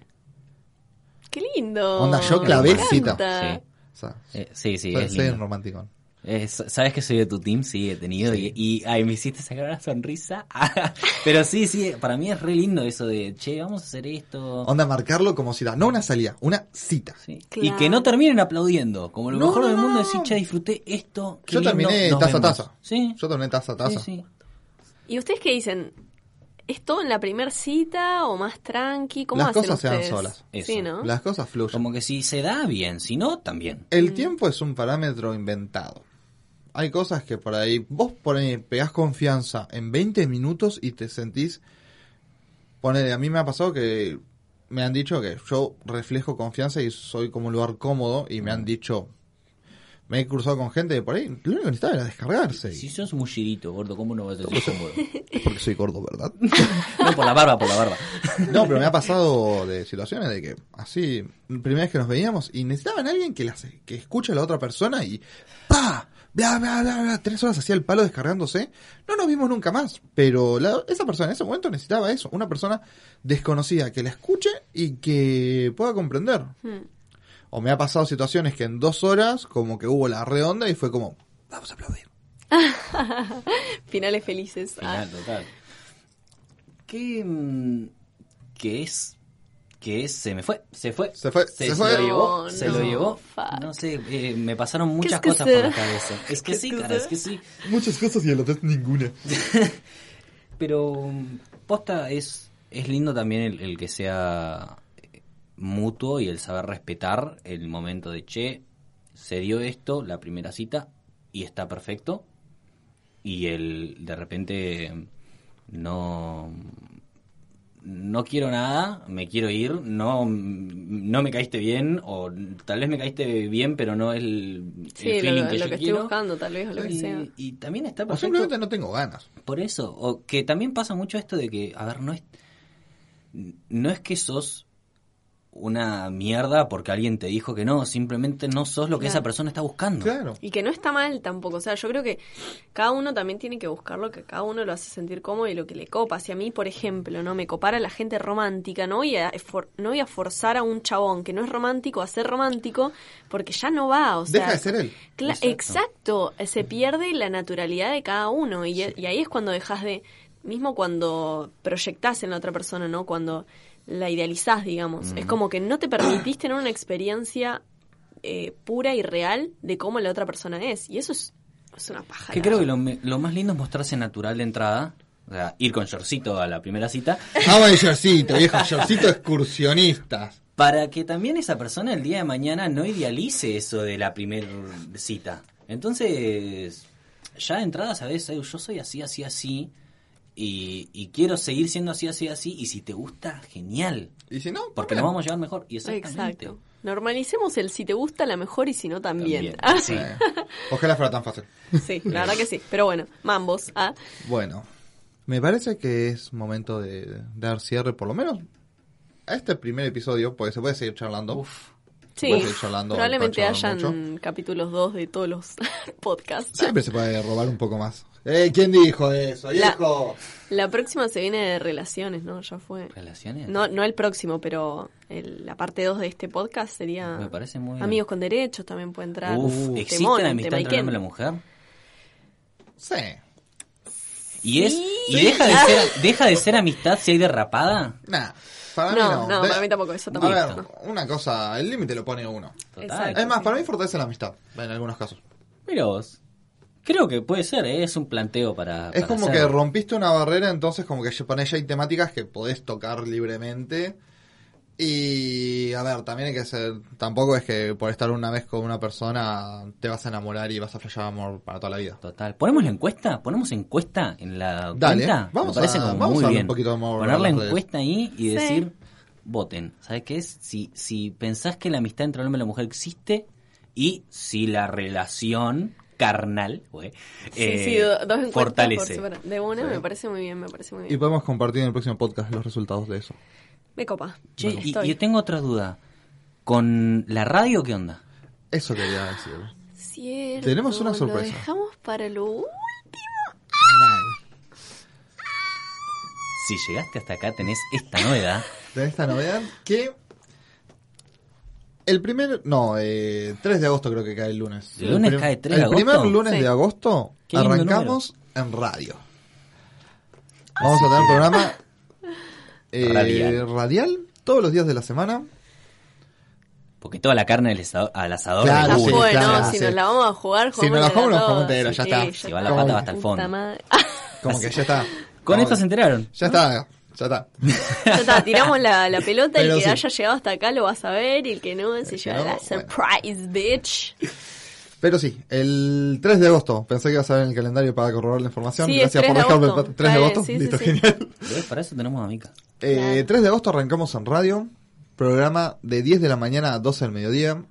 ¡Qué lindo!
Onda, yo
Me
clave
encanta.
cita.
O sea,
Eh, sí, sí.
soy,
es
soy
lindo.
un romanticón.
Eh, sa- Sabes que soy de tu team, sí, he tenido. Y, y, ay, me hiciste sacar una sonrisa. (laughs) Pero sí, sí, para mí es re lindo eso de, che, vamos a hacer esto.
Onda, marcarlo como cita. No una salida, una cita.
Sí.
Claro.
Y que no terminen aplaudiendo. Como lo
No,
mejor
no,
del
no,
mundo
no,
decir,
no.
che, disfruté esto. qué
Yo
lindo,
terminé
nos
taza a
vemos".
taza.
Sí,
Yo tomé taza a
sí,
taza.
sí.
¿Y ustedes qué dicen? ¿Es todo en la primera cita o más tranqui? ¿Cómo
Las
hacen
cosas se dan
ustedes?
solas.
Eso.
Sí, ¿no?
Las cosas fluyen.
Como que si se da bien, si no, también.
El tiempo es un parámetro inventado. Hay cosas que por ahí, vos por ahí pegás confianza en 20 minutos y te sentís... Ponele, a mí me ha pasado que me han dicho que yo reflejo confianza y soy como un lugar cómodo y me han dicho... Me he cruzado con gente de por ahí, lo único que necesitaba era descargarse.
Si sos mullidito, gordo, ¿cómo no vas a ser cómodo?
Porque soy gordo, ¿verdad?
No, por la barba, por la barba.
No, pero me ha pasado de situaciones de que así, primera vez que nos veíamos y necesitaban a alguien que las, que escuche a la otra persona y ¡pa! Bla, bla, bla, bla, tres horas hacía el palo descargándose. No nos vimos nunca más, pero la- esa persona en ese momento necesitaba eso, una persona desconocida que la escuche y que pueda comprender. O me ha pasado situaciones que en dos horas como que hubo la redonda y fue como, vamos a aplaudir.
(laughs) Finales felices. Ah,
Final, total. ¿Qué, mm, qué es? ¿Qué es? Se me fue, se fue.
Se fue, se fue.
lo llevó,
No,
se lo
no,
llevó.
fuck.
No sé, eh, me pasaron muchas
que
cosas
se-
por la cabeza. Es que
¿Qué es
sí,
que
cara,
se-
es que sí.
Muchas cosas y a la vez ninguna.
Pero mm, posta es, es lindo también el, el que sea eh, mutuo y el saber respetar el momento de che, se dio esto, la primera cita, y está perfecto. Y el de repente no no quiero nada, me quiero ir, no, no me caíste bien, o tal vez me caíste bien, pero no es el, el
sí,
feeling
lo, lo
que yo
que estoy
quiero.
buscando, tal vez, o lo que
y,
sea.
y también está
O
perfecto.
simplemente no tengo ganas.
Por eso, o que también pasa mucho esto de que, a ver, no es, no es que sos una mierda porque alguien te dijo que no, simplemente no sos lo que
Claro.
esa persona está buscando.
Claro.
Y que no está mal tampoco. O sea, yo creo que cada uno también tiene que buscar lo que cada uno lo hace sentir cómodo y lo que le copa. Si a mí, por ejemplo, no me copara la gente romántica, no voy a, for- no voy a forzar a un chabón que no es romántico a ser romántico porque ya no va. O sea,
Deja de ser él.
Cla-
Exacto.
exacto. se pierde la naturalidad de cada uno y, y ahí es cuando dejas de, mismo cuando proyectás en la otra persona, ¿no? Cuando la idealizás, digamos.
Mm.
Es como que no te permitís tener una experiencia eh, pura y real de cómo la otra persona es. Y eso es, es una paja.
Que
la
creo que
verdad.
lo, me- lo más lindo es mostrarse natural de entrada, o sea, ir con shortcito a la primera cita,
Vamos de Yorcito, viejo. Yorcito excursionistas.
para que también esa persona el día de mañana no idealice eso de la primera cita. Entonces, ya de entrada sabes, "Eh, yo soy así, así, así, y, y quiero seguir siendo así, así, así, y si te gusta, genial,
Y si no,
porque
no
nos vamos a llevar mejor. Y exactamente.
Exacto. Normalicemos el si te gusta, la mejor y si no, también.
También.
Ah,
Sí.
Ojalá fuera tan fácil.
sí, la verdad que sí. Pero bueno, mambos. Ah.
Bueno, me parece que es momento de dar cierre, por lo menos a este primer episodio, porque se puede seguir charlando.
Sí,
Voy a seguir charlando,
probablemente
voy a charlar
hayan capítulos 2 de todos los (laughs) podcasts.
Siempre se puede robar un poco más. Eh, ¿Quién dijo
La-
eso, viejo?
La próxima se viene de relaciones, ¿no? Ya fue.
¿Relaciones?
No, no el próximo, pero el- la parte 2 de este podcast sería...
Me parece muy bien.
Amigos con derechos también puede entrar.
Uf,
Temón,
¿existe la
tema
amistad entre el hombre y
Iken.
la mujer?
Sí.
¿Y, es,
Sí.
y deja, de ser, deja de ser amistad si hay derrapada?
Nah, para mí
No,
no.
no,
De-
para mí tampoco, eso tampoco.
A ver, una cosa, el límite lo pone uno.
Total.
Exacto.
Es más, para mí fortalece la amistad, en algunos casos.
Mira vos. Creo que puede ser, ¿eh? es un planteo para.
Es
para
como que
hacerlo.
rompiste una barrera, entonces como que ya- para ella hay temáticas que podés tocar libremente. Y a ver, también hay que ser, tampoco es que por estar una vez con una persona te vas a enamorar y vas a flashear amor para toda la vida.
Total. ¿Ponemos la encuesta? ¿Ponemos encuesta en la
Dale,
cuenta?
vamos
Me parece
a-
como
vamos
muy
a darle
bien.
un poquito de amor a
Poner la
las redes.
encuesta ahí y
Sí.
decir, voten. ¿Sabes qué es? Si, si pensás que la amistad entre el hombre y la mujer existe y si la relación carnal, güey,
Sí,
eh,
sí, do- dos encuentros
fortalece.
por separa- De una me parece muy bien, me parece muy
Y
bien.
podemos compartir en el próximo podcast los resultados de eso.
Me copa.
Che, y,
Estoy.
y este- tengo otra duda. ¿Con la radio qué onda?
Eso quería decir.
Cierto,
Tenemos una
lo
sorpresa.
dejamos para lo último.
Mal.
Si llegaste hasta acá tenés esta novedad.
De esta novedad que... El primer... No, eh, 3 de agosto creo que cae el lunes.
¿El lunes
prim-
cae 3 de
El primer
agosto?
lunes
Sí.
de agosto
Qué lindo
arrancamos en radio. Vamos a tener un programa eh,
Radial.
radial. todos los días de la semana.
Porque toda la carne al asado- al asador de
Claro,
Ya
sí,
fue, ¿no?
claro,
si
sí.
nos la vamos a jugar,
Si nos la jugamos, nos jugamos entero, ya está.
Si va la
Como-
pata va hasta el
Puta
fondo.
madre.
Como que ya está.
Con
Como-
esto se enteraron.
Ya está, ya está.
Ya está, tiramos la,
(laughs)
la pelota y el
Pero
que
sí.
haya llegado hasta acá lo vas a ver y el que no se
que
lleva
no,
la
bueno.
surprise, bitch.
Pero sí, el 3 de agosto. Pensé que iba a saber en el calendario para corroborar la información.
Sí, es
Gracias
3
por
de
dejarme
agosto.
3 de
Está
agosto.
bien, sí,
Listo,
sí, sí.
genial.
¿Ves? Para eso tenemos a Mica.
Eh, 3 de agosto arrancamos en radio. Programa de 10 de la mañana a 12 del mediodía.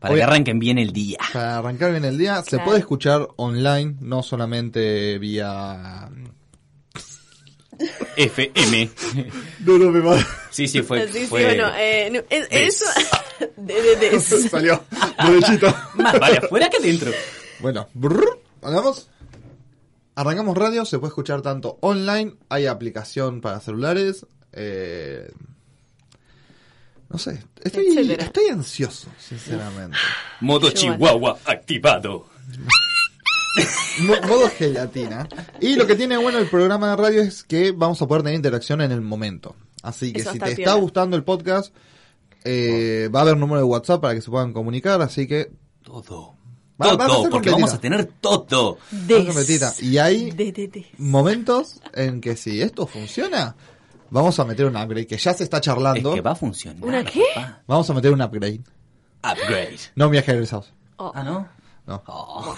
Para
Obvio.
que arranquen bien el día.
Para arrancar bien el día, se
Claro.
puede escuchar online, no solamente vía... mm,
FM.
No, no me (laughs) va.
(laughs) Sí, sí, fue.
Así, sí,
fue-
bueno, eh, no, es-
Des.
eso. (laughs) de, de- de-
Salió. (laughs) Derechito.
Más vale afuera que adentro.
Bueno, brrr, andamos. Arrancamos radio, se puede escuchar tanto online, hay aplicación para celulares. eh, No sé, estoy,
Etcétera.
estoy ansioso, sinceramente.
(laughs)
Modo
Yo
Chihuahua activado.
Mo- modo gelatina. Y lo que tiene bueno el programa de radio es que vamos a poder tener interacción en el momento. Así que
Eso
si
está
te
piola.
está gustando el podcast, eh, va a haber número de WhatsApp para que se puedan comunicar. Así que
Todo.
Va- vas a
todo,
hacer
porque
completita.
vamos a tener todo.
Una trompetita. Y hay-
De, de, de.
momentos en que si esto funciona, vamos a meter un upgrade que ya se está
Es
charlando.
que va a funcionar.
¿Una qué?
papá.
Vamos a meter un upgrade.
Upgrade.
No viaje egresados.
Oh,
Ah, ¿no?
No.
Oh.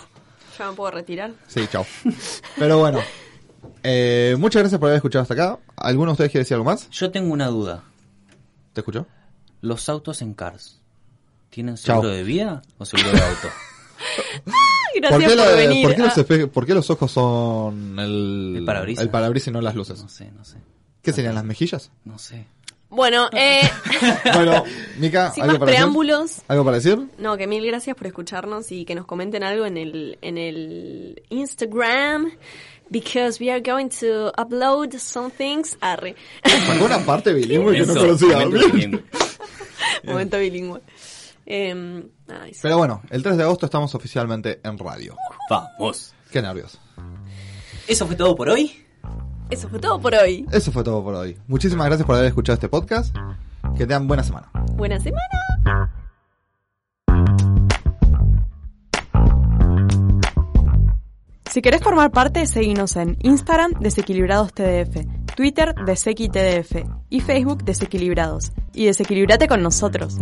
ya me puedo retirar.
Sí, chao. Pero bueno. Eh, muchas gracias por haber escuchado hasta acá. ¿Alguno de ustedes quiere decir algo más?
Yo tengo una duda.
¿Te escuchó?
Los autos en Cars. ¿Tienen
Chao.
seguro de vida o seguro de
(laughs)
auto?
Gracias por,
la-
venir.
por qué los
Ah,
espe- por qué los ojos son el,
El parabrisas.
el parabrisas y no las luces?
No sé, no sé.
¿Qué serían
(laughs)
las mejillas?
No sé.
Bueno, eh, (laughs)
Bueno, Mica,
sin más
¿algo para decir?
preámbulos.
¿Algo para decir?
No, que mil gracias por escucharnos y que nos comenten algo en el, en el Instagram. Because we are going to upload some things. Arre. (laughs)
Sacó una parte bilingüe que no
Eso,
conocía.
momento siguiente.
Momento bilingüe. Em, ay, sí.
Pero bueno, el 3 de agosto estamos oficialmente en radio.
Vamos.
Qué nervios.
Eso fue todo por hoy.
Eso fue todo por hoy.
Eso fue todo por hoy. Muchísimas gracias por haber escuchado este podcast. Que tengan buena semana.
Buena semana.
Si querés formar parte, seguinos en Instagram Desequilibrados TDF, Twitter Desequi TDF y Facebook Desequilibrados. Y desequilibrate con nosotros.